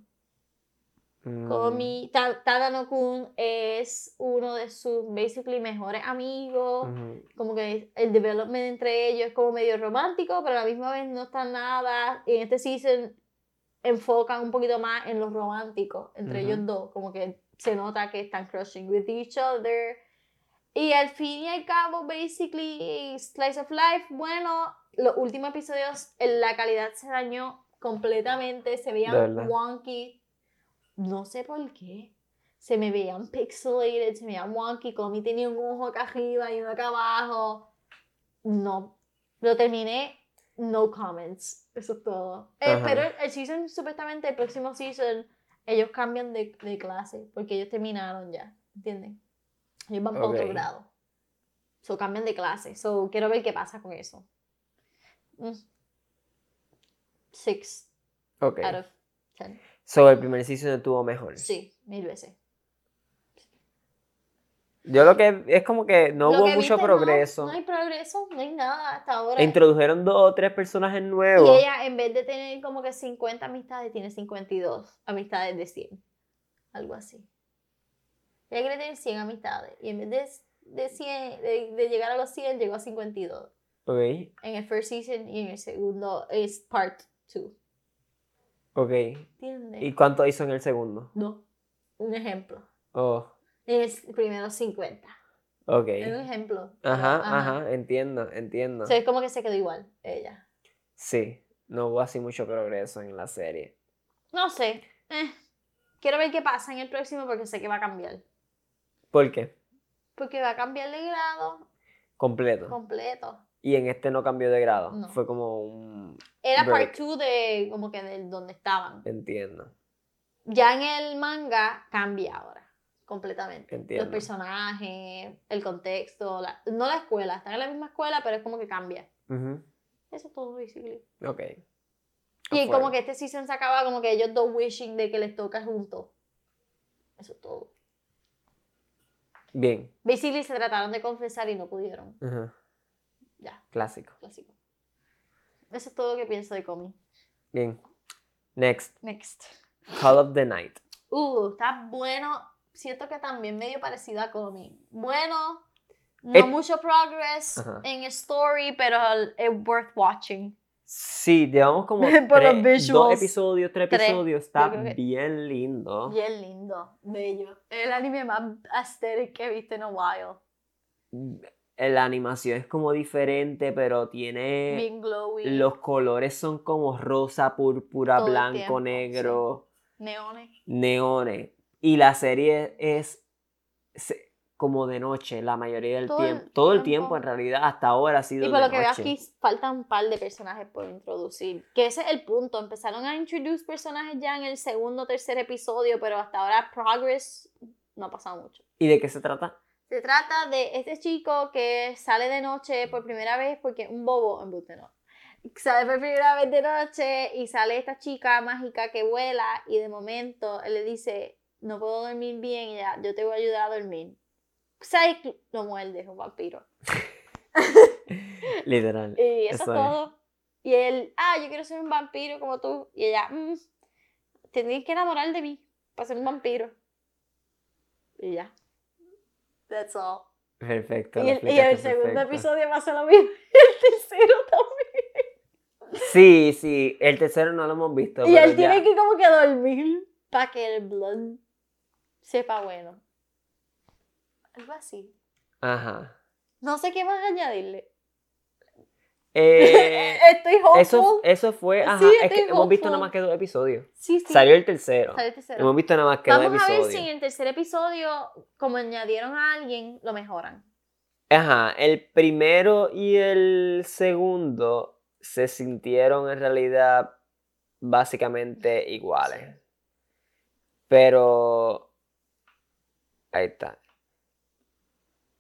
S2: Mm,
S1: Komi, Ta- Tadano Kun es uno de sus basically mejores amigos.
S2: ujú.
S1: Como que el development entre ellos es como medio romántico, pero a la misma vez no está nada. En este season enfocan un poquito más en lo romántico entre
S2: Ujú.
S1: ellos dos. Como que se nota que están crushing with each other. Y al fin y al cabo, basically, Slice of Life, bueno, los últimos episodios, eh, la calidad se dañó completamente, se
S2: De
S1: veían
S2: verdad.
S1: wonky. No sé por qué. Se me veían pixelated, se me veían wonky. Comi tenía un ojo acá arriba y uno acá abajo. No. Lo terminé, no comments. Eso es todo. Eh,
S2: Ajá.
S1: pero el, el season, supuestamente, el próximo season, ellos cambian de, de clase porque ellos terminaron ya. ¿Entienden? Ellos van para
S2: Ok.
S1: otro grado. So, cambian de clase. So, quiero ver qué pasa con eso. Mm. Six
S2: Ok.
S1: out of ten.
S2: So, el primer season estuvo mejor.
S1: Sí, mil veces.
S2: Yo lo que es como que no
S1: Lo
S2: hubo
S1: que
S2: mucho
S1: viste, no,
S2: progreso. E
S1: No, hay progreso, no hay nada hasta ahora.
S2: Introdujeron dos o tres personajes
S1: y
S2: nuevos.
S1: ella, en vez de tener como que 50 amistades, tiene 52 amistades de 100. Algo así. Ella quiere tener 100 amistades. Y en vez de, de 100, de, de llegar a los 100, llegó a 52.
S2: Ok,
S1: En el first season y en el segundo es part 2.
S2: ok.
S1: ¿Entiendes?
S2: ¿Y cuánto hizo en el segundo?
S1: No. Un ejemplo.
S2: Oh,
S1: Es primero 50.
S2: ok.
S1: Es un ejemplo.
S2: Ajá, ajá, entiendo, entiendo.
S1: O sea, es como que se quedó igual ella.
S2: Sí, no hubo así mucho progreso en la serie.
S1: No sé. eh. Quiero ver qué pasa en el próximo porque sé que va a cambiar.
S2: ¿Por qué?
S1: Porque va a cambiar de grado
S2: Completo.
S1: completo.
S2: Y en este no cambió de grado.
S1: No.
S2: Fue como un...
S1: Era
S2: Break.
S1: part 2 de como que del donde estaban.
S2: Entiendo,
S1: Ya en el manga cambia ahora. Completamente.
S2: entiendo.
S1: Los personajes, el contexto, la- no la escuela, están en la misma escuela, pero es como que cambia.
S2: Ujú,
S1: Eso es todo visible.
S2: Ok.
S1: Y
S2: Afuera.
S1: como que este season se acaba como que ellos dos wishing de que les toca juntos. Eso es todo.
S2: Bien.
S1: Basically se trataron de confesar y no pudieron.
S2: ajá,
S1: Ya,
S2: Clásico.
S1: clásico. Eso es todo lo que pienso de Comi.
S2: Bien. Next.
S1: Next.
S2: Call of the Night.
S1: Uh, está bueno. Siento que también medio parecido a Comi. Bueno, no
S2: Eh.
S1: mucho progress
S2: Ajá.
S1: en el story, pero es worth watching.
S2: Sí, llevamos como
S1: *laughs* Por los
S2: tres- dos
S1: visuals.
S2: episodios, tres,
S1: Tres.
S2: episodios. Está
S1: Yo creo que-
S2: bien lindo.
S1: Bien lindo, bello. El anime más aesthetic que he visto en a while.
S2: La animación es como diferente, pero tiene...
S1: Bien glowy.
S2: Eh, Los colores son como rosa, púrpura,
S1: Todo el
S2: blanco,
S1: tiempo,
S2: negro,
S1: Neones.
S2: neones. Y la serie es se- como de noche, la mayoría del
S1: Todo el
S2: tiempo. Todo el
S1: tiempo.
S2: tiempo, en realidad, hasta ahora ha sido
S1: Y por
S2: de
S1: lo que veo
S2: noche.
S1: aquí, faltan un par de personajes por introducir. Que ese es el punto. Empezaron a introducir personajes ya en el segundo o tercer episodio, pero hasta ahora Progress no ha pasado mucho.
S2: ¿Y de qué
S1: *laughs*
S2: se trata?
S1: Se trata de este chico que sale de noche por primera vez porque un bobo, embuste no. Sale por primera vez de noche y sale esta chica mágica que vuela y de momento él le dice, no puedo dormir bien y ella, yo te voy a ayudar a dormir. ¿Sabes? qué? Lo muerde, es un vampiro.
S2: Literal.
S1: Y eso es
S2: Eso es.
S1: todo. Y él, ah, yo quiero ser un vampiro como tú. Y ella, "Mm, te tienes que enamorar de mí para ser un vampiro. Y ya. That's all.
S2: Perfecto.
S1: Y el,
S2: lo
S1: y
S2: explicaste
S1: el segundo
S2: perfecto.
S1: episodio pasa lo mismo. *laughs* Y el tercero también.
S2: Sí, sí. El tercero no lo hemos visto.
S1: y
S2: pero
S1: él tiene
S2: ya.
S1: que como que dormir para que el blood sepa bueno. Algo así.
S2: Ajá.
S1: No sé qué más añadirle. *laughs*
S2: Eh,
S1: Estoy hopeful.
S2: eso, eh, eso fue. Ajá,
S1: Sí,
S2: es que
S1: estoy
S2: hemos visto
S1: hopeful.
S2: nada más que dos episodios.
S1: sí, sí.
S2: Salió el tercero.
S1: Salió el tercero.
S2: Hemos visto nada más que
S1: Vamos
S2: dos
S1: a ver
S2: episodios.
S1: si en el tercer episodio, como añadieron a alguien, lo mejoran.
S2: Ajá, el primero y el segundo se sintieron en realidad básicamente iguales. Pero. Ahí está.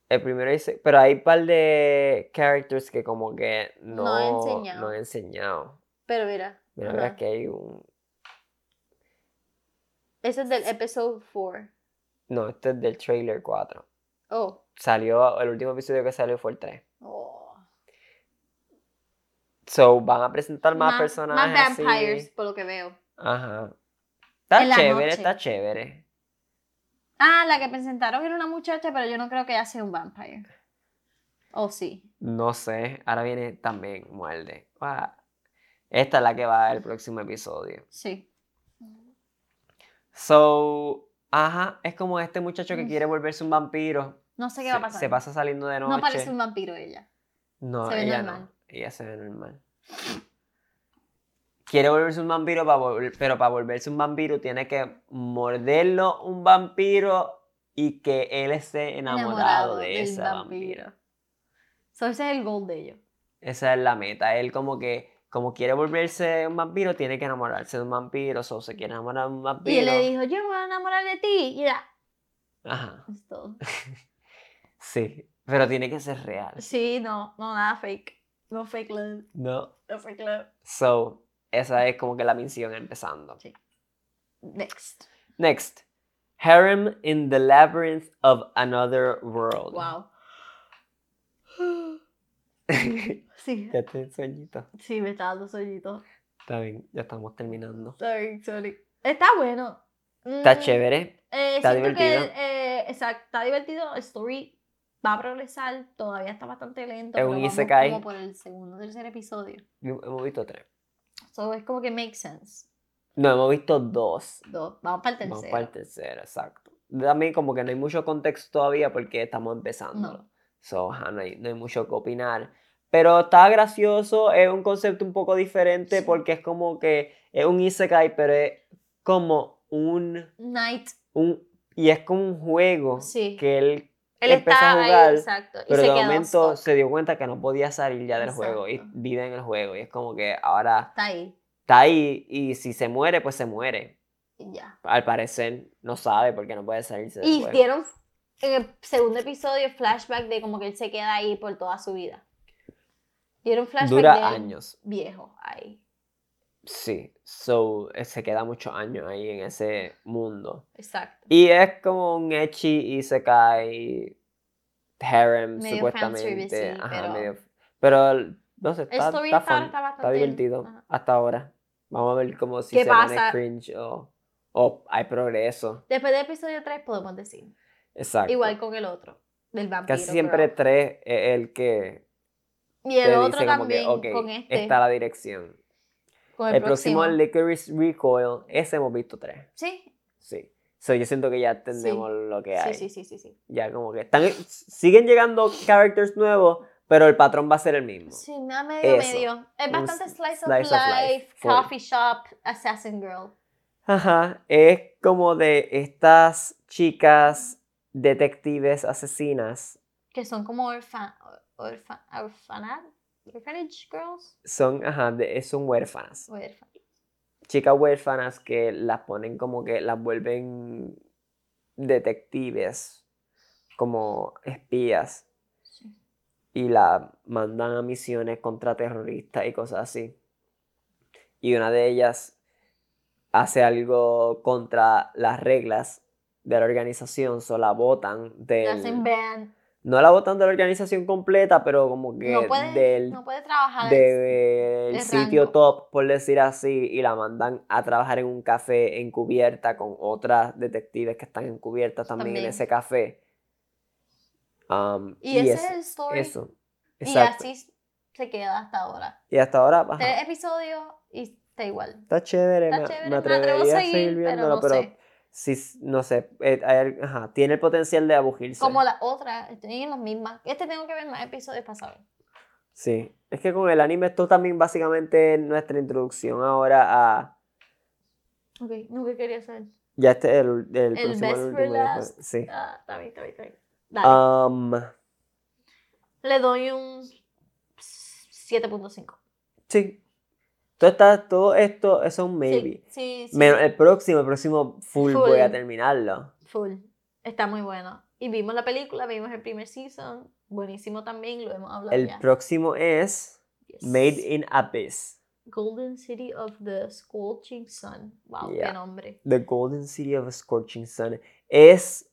S2: El primero y se- Pero hay un par de characters que como que no,
S1: No he enseñado.
S2: no he enseñado.
S1: Pero mira.
S2: Mira,
S1: ajá.
S2: mira que hay un.
S1: Eso es del episodio 4.
S2: No, este es del trailer 4.
S1: Oh.
S2: Salió, el último episodio que salió fue el 3.
S1: oh.
S2: So, van a presentar más, personajes.
S1: Más
S2: así.
S1: vampires, por lo que veo.
S2: Ajá. Está
S1: En la
S2: chévere,
S1: noche.
S2: está chévere.
S1: Ah, la que presentaron era una muchacha, pero yo no creo que ella sea un vampire. Oh, sí.
S2: No sé, ahora viene también muerde. Ah, Esta es la que va al próximo episodio.
S1: Sí.
S2: So, ajá, es como este muchacho que
S1: Mm.
S2: quiere volverse un vampiro.
S1: No sé qué
S2: se,
S1: va a pasar.
S2: se pasa saliendo de noche.
S1: no parece un vampiro ella.
S2: No,
S1: se ve
S2: ella
S1: normal.
S2: no. Ella se ve normal. Quiere volverse un vampiro, pa' vol- pero para volverse un vampiro tiene que morderlo un vampiro y que él esté enamorado, de
S1: del
S2: esa vampira.
S1: So, ese es el goal de ellos.
S2: Esa es la meta. Él como que, como quiere volverse un vampiro, tiene que enamorarse de un vampiro. O se quiere enamorar de un
S1: Y él
S2: vampiro.
S1: le dijo, yo me voy a enamorar de ti. Y ya.
S2: Ajá. *laughs*
S1: Es todo.
S2: Sí. Pero tiene que ser real.
S1: Sí, no, no, nada fake. No fake love.
S2: No.
S1: No fake love.
S2: So, esa es como que la misión empezando.
S1: Next.
S2: Next. Harem in the Labyrinth of Another World.
S1: Wow.
S2: *laughs* ya
S1: Sí,
S2: te sueñito.
S1: sí, me está dando sueñito.
S2: Está bien, ya estamos terminando.
S1: Sorry, sorry. Está bueno.
S2: Está
S1: Mm,
S2: chévere.
S1: Eh,
S2: Está
S1: siento
S2: divertido.
S1: que eh, exacto, está divertido. El story va a progresar. Todavía está bastante lento.
S2: Es
S1: pero
S2: un
S1: vamos
S2: isekai.
S1: Como por el segundo o tercer episodio.
S2: Hemos visto tres.
S1: So, es como que makes sense.
S2: No, hemos visto dos.
S1: Dos. Vamos para el tercero.
S2: Vamos para el tercero, exacto. También como que no hay mucho contexto todavía porque estamos empezando.
S1: No.
S2: So, ajá, no, hay, no hay mucho que opinar. Pero está gracioso, es un concepto un poco diferente
S1: Sí.
S2: porque es como que es un isekai, pero es como un...
S1: Night.
S2: un y es como un juego
S1: Sí.
S2: Oh, que él,
S1: Él
S2: empezó
S1: está
S2: a jugar,
S1: ahí, exacto. Y se
S2: pero de
S1: quedó
S2: momento
S1: stuck.
S2: se dio cuenta que no podía salir ya del juego y
S1: Exacto.
S2: vive en el juego. Y es como que ahora
S1: Está ahí.
S2: está ahí y si se muere, pues se muere.
S1: Y ya.
S2: Al parecer no sabe porque no puede salirse del
S1: Y
S2: juego.
S1: dieron en el segundo episodio flashback de como que él se queda ahí por toda su vida. Dieron flashback
S2: Dura
S1: de él
S2: años.
S1: viejo ahí.
S2: Sí, so eh, se queda muchos años ahí en ese mundo.
S1: Exacto.
S2: Y es como un echi y se cae harem
S1: Medio
S2: supuestamente.
S1: fanservice-y,
S2: Ajá,
S1: pero-
S2: medio- pero no sé, está,
S1: story
S2: está
S1: hasta ahora está
S2: fun, está
S1: bastante-
S2: divertido
S1: ajá.
S2: hasta ahora. Vamos a ver como si
S1: ¿Qué
S2: se pone
S1: pasa?
S2: cringe o, o hay progreso.
S1: Después del episodio 3 podemos decir.
S2: Exacto.
S1: Igual con el otro, del vampiro.
S2: Casi siempre
S1: girl.
S2: tres es el que
S1: Y el
S2: te
S1: otro
S2: dice como que,
S1: también,
S2: ok,
S1: con este.
S2: está la dirección.
S1: con
S2: El, próximo, Licorice Recoil, ese hemos visto tres.
S1: Sí,
S2: Sí. So, yo siento que ya tenemos lo que hay.
S1: sí, sí, sí, sí, sí.
S2: Ya como que están, siguen llegando characters nuevos, pero el patrón va a ser el mismo.
S1: Sí, me da medio,
S2: Eso.
S1: medio. Es
S2: Un
S1: bastante slice,
S2: slice
S1: of
S2: of
S1: life,
S2: life, full.
S1: coffee shop, assassin girl.
S2: Ajá, es como de estas chicas detectives asesinas.
S1: Que son como orfan, orfan, orfanad, orphanage girls.
S2: Son, ajá, de- son huérfanas.
S1: Orfan.
S2: Chicas huérfanas que las ponen como que las vuelven detectives, como espías,
S1: Sí.
S2: y la mandan a misiones contra terroristas y cosas así. Y una de ellas hace algo contra las reglas de la organización, so la botan
S1: Le
S2: del...
S1: hacen ban.
S2: no la votan de la organización completa, pero como que
S1: No puede,
S2: del,
S1: no puede trabajar.
S2: del
S1: de
S2: sitio
S1: rango.
S2: top, por decir así, y la mandan a trabajar en un café encubierta con otras detectives que están encubiertas también, en
S1: También.
S2: ese café. Um,
S1: Y, ese es
S2: eso-
S1: el story.
S2: eso.
S1: y
S2: Exacto.
S1: así se queda hasta ahora.
S2: Y hasta ahora, ajá,
S1: Tres episodios y está igual.
S2: está chévere,
S1: Está
S2: me,
S1: chévere,
S2: me
S1: me atrevo a
S2: atrevería a
S1: seguir,
S2: seguir
S1: pero
S2: viéndolo,
S1: no
S2: pero,
S1: sé.
S2: sí, s- no sé, eh, hay al- ajá, tiene el potencial de abugirse.
S1: Como la otra, estoy en las mismas. Este tengo que ver más episodios para saber.
S2: Sí, es que con el anime esto también básicamente es nuestra introducción ahora a...
S1: Ok, nunca quería saber.
S2: Ya este es el, el,
S1: El
S2: próximo,
S1: best
S2: el
S1: for
S2: último. y después- Sí.
S1: Ah, está bien, está bien, está bien. Dale.
S2: Um,
S1: Le doy un 7.5.
S2: sí. Todo, está, todo esto es un maybe.
S1: Sí, sí, sí.
S2: Menos el próximo, el próximo full, voy a
S1: Full.
S2: terminarlo.
S1: Full. Está muy bueno. Y vimos la película, vimos el primer season. Buenísimo también, lo hemos hablado
S2: El
S1: ya.
S2: próximo es
S1: Yes.
S2: Made in Abyss.
S1: Golden City of the Scorching Sun. Wow,
S2: Yeah.
S1: qué nombre.
S2: The Golden City of Scorching Sun es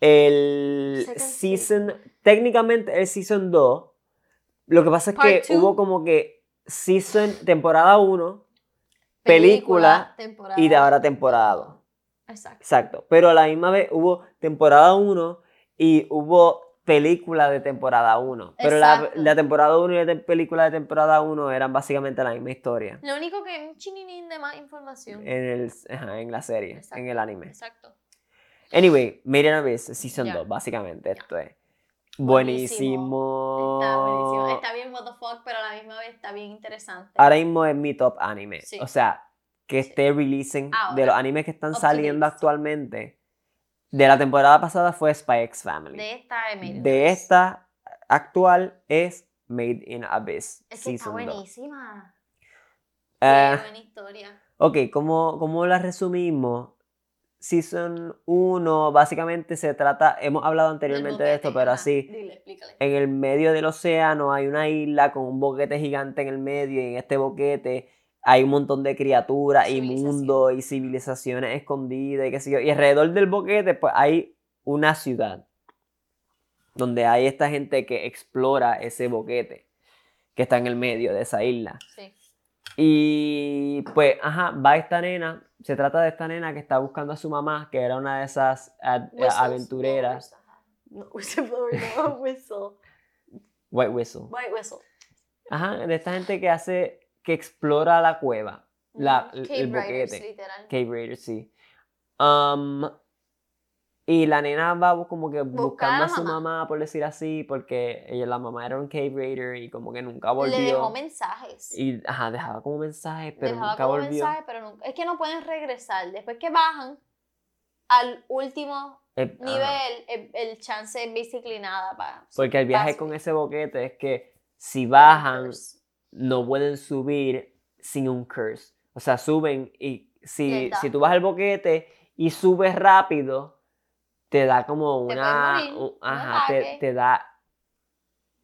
S2: el
S1: Second
S2: season, técnicamente el season 2. Lo que pasa es
S1: Part
S2: que
S1: two.
S2: hubo como que season, temporada 1 Película
S1: temporada.
S2: y de ahora temporada 2.
S1: Exacto.
S2: Exacto. Pero a la misma vez hubo temporada 1 y hubo película de temporada 1. Pero la,
S1: Exacto.
S2: la temporada 1 y la te- película de temporada 1 eran básicamente la misma historia
S1: Lo único que es un chininín de más información.
S2: en, el, ajá, en la serie, en el anime.
S1: Exacto.
S2: Anyway, Made in Abyss, Season
S1: Ya.
S2: 2, básicamente esto es.
S1: Buenísimo.
S2: Buenísimo.
S1: Está buenísimo.
S2: Oh.
S1: Está bien what the fuck, pero a la misma vez está bien interesante.
S2: Ahora mismo es mi top anime.
S1: Sí.
S2: O sea, que
S1: Sí.
S2: esté releasing de
S1: Ahora,
S2: los animes que están
S1: up to
S2: saliendo
S1: date.
S2: actualmente. De la temporada pasada fue Spy X Family.
S1: de esta Emery.
S2: De esta actual es Made in Abyss.
S1: Es que está
S2: Season 2.
S1: buenísima. Qué
S2: Eh,
S1: buena historia.
S2: ok, ¿cómo, cómo la resumimos? Season 1 básicamente se trata, hemos hablado anteriormente de esto,
S1: boquete,
S2: pero
S1: este, ajá.
S2: así, Eh,
S1: Dile, explícale.
S2: en el medio del océano hay una isla con un boquete gigante en el medio y en este boquete hay un montón de criaturas y
S1: Civilización.
S2: mundos y civilizaciones escondidas y qué sé yo. Y alrededor del boquete pues hay una ciudad donde hay esta gente que explora ese boquete que está en el medio de esa isla.
S1: Sí.
S2: Y pues, ajá, va esta nena, se trata de esta nena que está buscando a su mamá, que era una de esas ad-
S1: Whistles, blowers,
S2: aventureras.
S1: ajá. No, whistleblower, no, whistle. *laughs*
S2: White Whistle.
S1: White whistle.
S2: Ajá, de esta gente que hace, que explora la cueva, la, el-
S1: Mm, Cave
S2: el
S1: Riders,
S2: boquete.
S1: literal.
S2: Cave Raiders, sí. Um, y la nena va bu- como que
S1: Buscar a
S2: buscando
S1: la
S2: a su
S1: mamá.
S2: mamá, por decir así, porque ella, la mamá era un Cave Raider y como que nunca volvió.
S1: Le dejó mensajes.
S2: y ajá, dejaba como mensajes, pero
S1: dejaba
S2: nunca
S1: como
S2: volvió.
S1: mensajes, pero nunca. Es que no pueden regresar. Después que bajan al último
S2: Eh, ajá,
S1: nivel, el, el chance es basically nada para.
S2: Porque el viaje
S1: Paso.
S2: con ese boquete es que si bajan, no pueden subir sin un curse. O sea, suben y si,
S1: Les da.
S2: si tú vas al boquete y subes rápido, te da como
S1: Te puedes
S2: una...
S1: morir,
S2: un-
S1: un
S2: ajá, te,
S1: ataque.
S2: te da...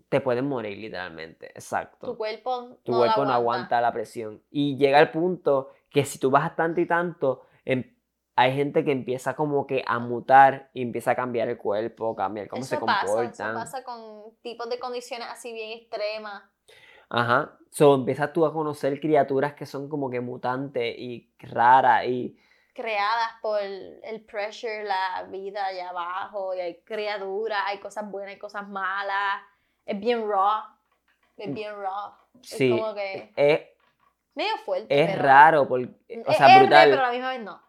S2: Te pueden morir literalmente, exacto.
S1: Tu cuerpo
S2: Tu
S1: no la
S2: cuerpo no aguanta la presión. Y llega el punto que si tú bajas tanto y tanto, em- hay gente que empieza como que a mutar y empieza a cambiar el cuerpo, cambiar cómo se
S1: Eso pasa,
S2: comportan.
S1: Eso pasa con tipos de condiciones así bien extremas.
S2: Ajá. So empiezas tú a conocer criaturas que son como que mutantes y raras y
S1: creadas por el pressure, la vida allá abajo, y hay criaturas, hay cosas buenas, hay cosas malas, es bien raw, es bien raw,
S2: Mm. sí.
S1: como que-
S2: Es,
S1: medio fuerte.
S2: es
S1: pero-
S2: raro, porque, o
S1: es-
S2: sea,
S1: es re,
S2: brutal.
S1: pero a la misma vez no.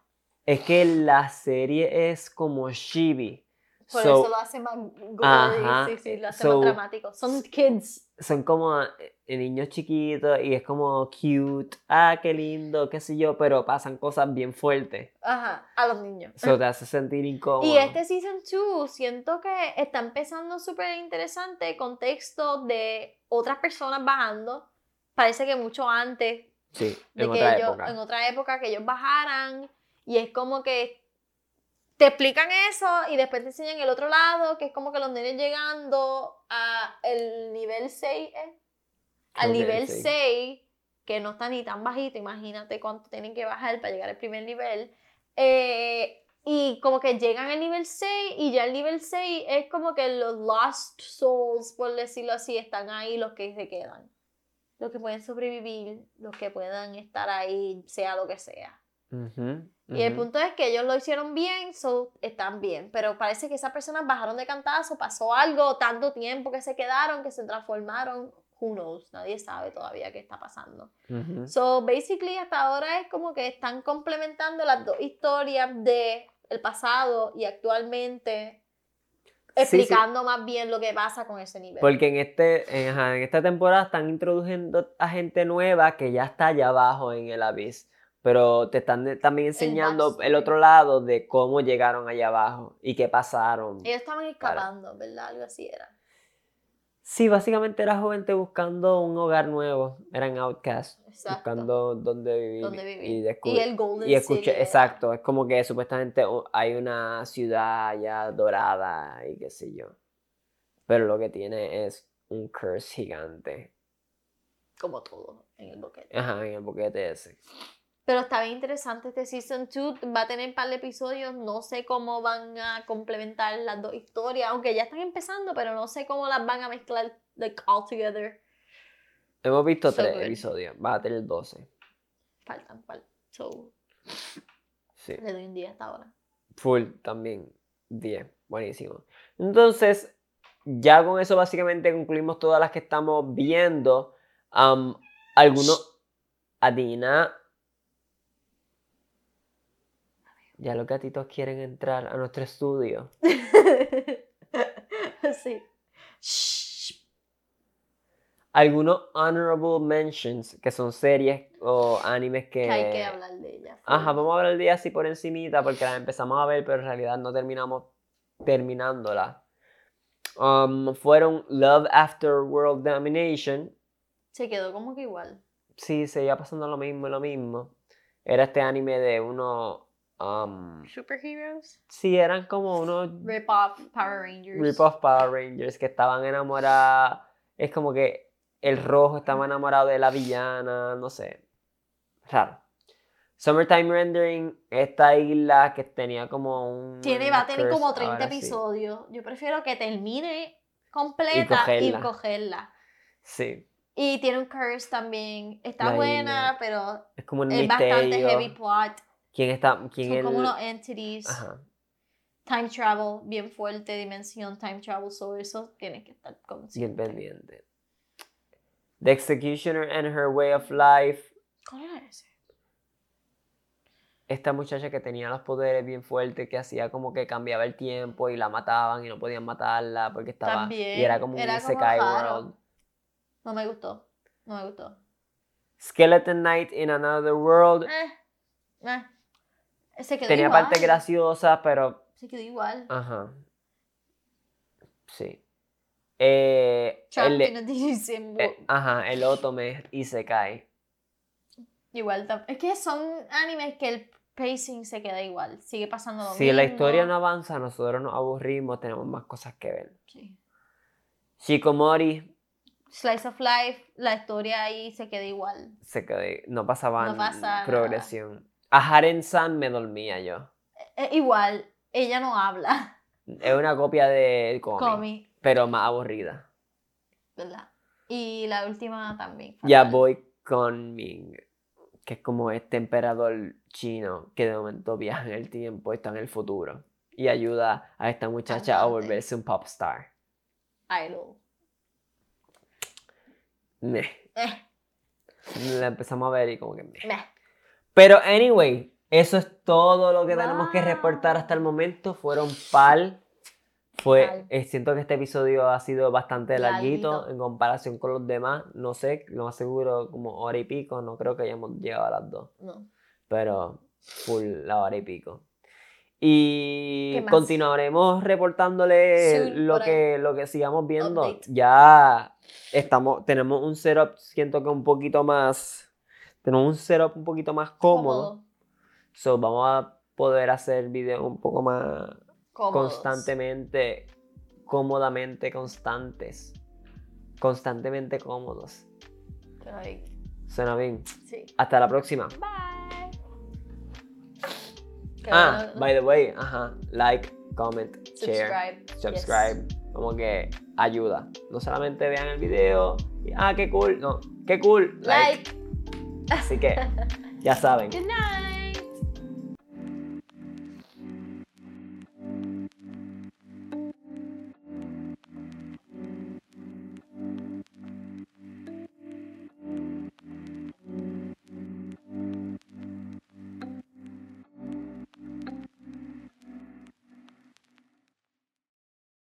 S2: Es que la serie es como chibi.
S1: Por
S2: So,
S1: eso lo hace más
S2: Ajá,
S1: gory, sí, sí, lo hace
S2: so-
S1: más dramático. Son kids.
S2: son como eh, niños chiquitos y es como cute, ah, qué lindo, qué sé yo, pero pasan cosas bien fuertes.
S1: Ajá, a los niños.
S2: Eso te hace sentir incómodo.
S1: Mm. Y este Season 2 siento que está empezando súper interesante contexto de otras personas bajando. Parece que mucho antes
S2: Sí,
S1: de
S2: en
S1: que
S2: otra
S1: ellos,
S2: época.
S1: en otra época que ellos bajaran y es como que te explican eso y después te enseñan el otro lado, que es como que los nenes llegando a el nivel 6, ¿eh? al
S2: Creo que
S1: nivel
S2: sí.
S1: 6, que no está ni tan bajito, imagínate cuánto tienen que bajar para llegar al primer nivel. Eh, y como que llegan al nivel 6 y ya el nivel 6 es como que los lost souls, por decirlo así, están ahí los que se quedan. Los que pueden sobrevivir, los que puedan estar ahí, sea lo que sea.
S2: Ujú,
S1: Y el
S2: ujú.
S1: punto es que ellos lo hicieron bien, so están bien. Pero parece que esas personas bajaron de cantazo, pasó algo, tanto tiempo que se quedaron, que se transformaron. Who knows? Nadie sabe todavía qué está pasando.
S2: Ujú.
S1: So, basically, hasta ahora es como que están complementando las dos historias de el pasado y actualmente explicando más bien lo que pasa con ese nivel.
S2: Porque en, este, en, ajá, en esta temporada están introduciendo a gente nueva que ya está allá abajo en el abismo. Pero te están de- también enseñando el,
S1: backstory.
S2: otro lado de cómo llegaron allá abajo y qué pasaron.
S1: Ellos estaban
S2: Para.
S1: escapando, ¿verdad? Algo así era.
S2: Sí, básicamente era gente buscando un hogar nuevo. Eran outcasts.
S1: Exacto.
S2: Buscando dónde vivir.
S1: donde vivir.
S2: Y, descub-
S1: el Golden
S2: y escuché-
S1: City era-
S2: exacto. Es como que supuestamente u- hay una ciudad ya dorada y qué sé yo. Pero lo que tiene es un curse gigante.
S1: Como todo en el boquete.
S2: Ajá, en el boquete ese.
S1: Pero está bien interesante este Season 2. Va a tener un par de episodios. No sé cómo van a complementar las dos historias. Aunque ya están empezando, pero no sé cómo las van a mezclar like, all together.
S2: Hemos visto
S1: So
S2: tres
S1: good.
S2: episodios. Va a tener 12.
S1: Faltan, faltan. So,
S2: Sí.
S1: le doy un día hasta ahora. *laughs*
S2: Full también. 10. Buenísimo. Entonces, ya con eso básicamente concluimos todas las que estamos viendo. Am, algunos. Adina. Ya los gatitos quieren entrar a nuestro estudio.
S1: sí. Shh.
S2: Algunos honorable mentions, que son series o animes que.
S1: Que hay que hablar de ella.
S2: Eh, Ajá, vamos a hablar de ella así por encimita porque la empezamos a ver, pero en realidad no terminamos terminándola. Um, fueron Love After World Domination.
S1: Se quedó como que igual.
S2: Sí, seguía pasando lo mismo, lo mismo. Era este anime de unos... um,
S1: Superheroes.
S2: sí, eran como unos
S1: Rip off Power Rangers.
S2: rip-off Power Rangers que estaban enamorados. Es como que el rojo estaba enamorado de la villana, no sé. Raro. Summertime Rendering, esta isla que tenía como un.
S1: Tiene, va a tener
S2: curse,
S1: como 30
S2: ahora sí.
S1: episodios. Yo prefiero que termine completa y
S2: cogerla.
S1: cogerla. Y,
S2: Sí,
S1: tiene un curse también. Está
S2: La
S1: buena,
S2: isla.
S1: pero
S2: es como un
S1: es bastante
S2: misterio.
S1: heavy plot.
S2: ¿Quién está.? ¿Quién
S1: Son
S2: el-
S1: como unos entities.
S2: Ajá.
S1: Time travel, bien fuerte, dimensión, time travel. sobre eso tienes que estar
S2: Bien
S1: consciente.
S2: pendiente. The Executioner and Her Way of Life.
S1: ¿Cuál era ese?
S2: Esta muchacha que tenía los poderes bien fuertes, que hacía como que cambiaba el tiempo y la mataban y no podían matarla porque estaba.
S1: También.
S2: y era como un
S1: era como
S2: Isekai
S1: raro.
S2: World.
S1: No me gustó. No me gustó.
S2: Skeleton Knight in Another World.
S1: Eh, eh. Se quedó
S2: Tenía Ah,
S1: igual.
S2: partes graciosas, pero.
S1: Se quedó igual.
S2: Ajá. Sí. Eh,
S1: Trapped
S2: el,
S1: in *laughs* a Disney
S2: eh,
S1: World.
S2: ajá, el Otome Isekai.
S1: Igual tam- Es que son animes que el pacing se queda igual. Sigue pasando lo
S2: Si la
S1: mismo.
S2: historia no avanza, nosotros nos aburrimos, tenemos más cosas que ver.
S1: Sí.
S2: Shikomori
S1: Slice of Life, la historia ahí se queda igual.
S2: se quedó, no pasaba
S1: No pasa nada.
S2: progresión. A Haren San me dormía yo.
S1: Eh, igual, ella no habla. *laughs*
S2: Es una copia de Komi,
S1: Comi,
S2: pero más aburrida.
S1: ¿verdad? Y la última también. fatal.
S2: Ya voy con Ming, que es como este emperador chino que de momento viaja en el tiempo, está en el futuro y ayuda a esta muchacha a
S1: Cantante.
S2: volverse un *laughs* popstar.
S1: Idol.
S2: Meh.
S1: Eh,
S2: La empezamos a ver y como que meh.
S1: meh.
S2: Pero anyway, eso es todo lo que tenemos que
S1: Wow.
S2: reportar hasta el momento. Fueron pal. Fue,
S1: Pal.
S2: eh, siento que este episodio ha sido bastante larguito,
S1: Larguito.
S2: en comparación con los demás. No sé, lo más seguro como hora y pico. No creo que hayamos llegado a las dos,
S1: No.
S2: pero full la hora y pico. Y
S1: ¿Qué más?
S2: continuaremos reportándole
S1: Soon,
S2: lo
S1: por ahí.
S2: que, lo que sigamos viendo.
S1: Update.
S2: Ya estamos, tenemos un setup, siento que un poquito más, tenemos un setup un poquito más cómodo. So, vamos a poder hacer videos un poco más
S1: Cómodos.
S2: constantemente, cómodamente constantes. Constantemente cómodos.
S1: Pero ahí,
S2: Suena bien.
S1: Sí.
S2: Hasta la próxima.
S1: Bye. Qué
S2: Ah,
S1: bueno.
S2: by the way, ajá. Like, comment, share,
S1: Subscribe.
S2: subscribe. Como que ayuda. No solamente vean el video. y, ah, qué cool. No, qué cool.
S1: Yes. Like. *laughs*
S2: Así que, ya saben.
S1: Good night.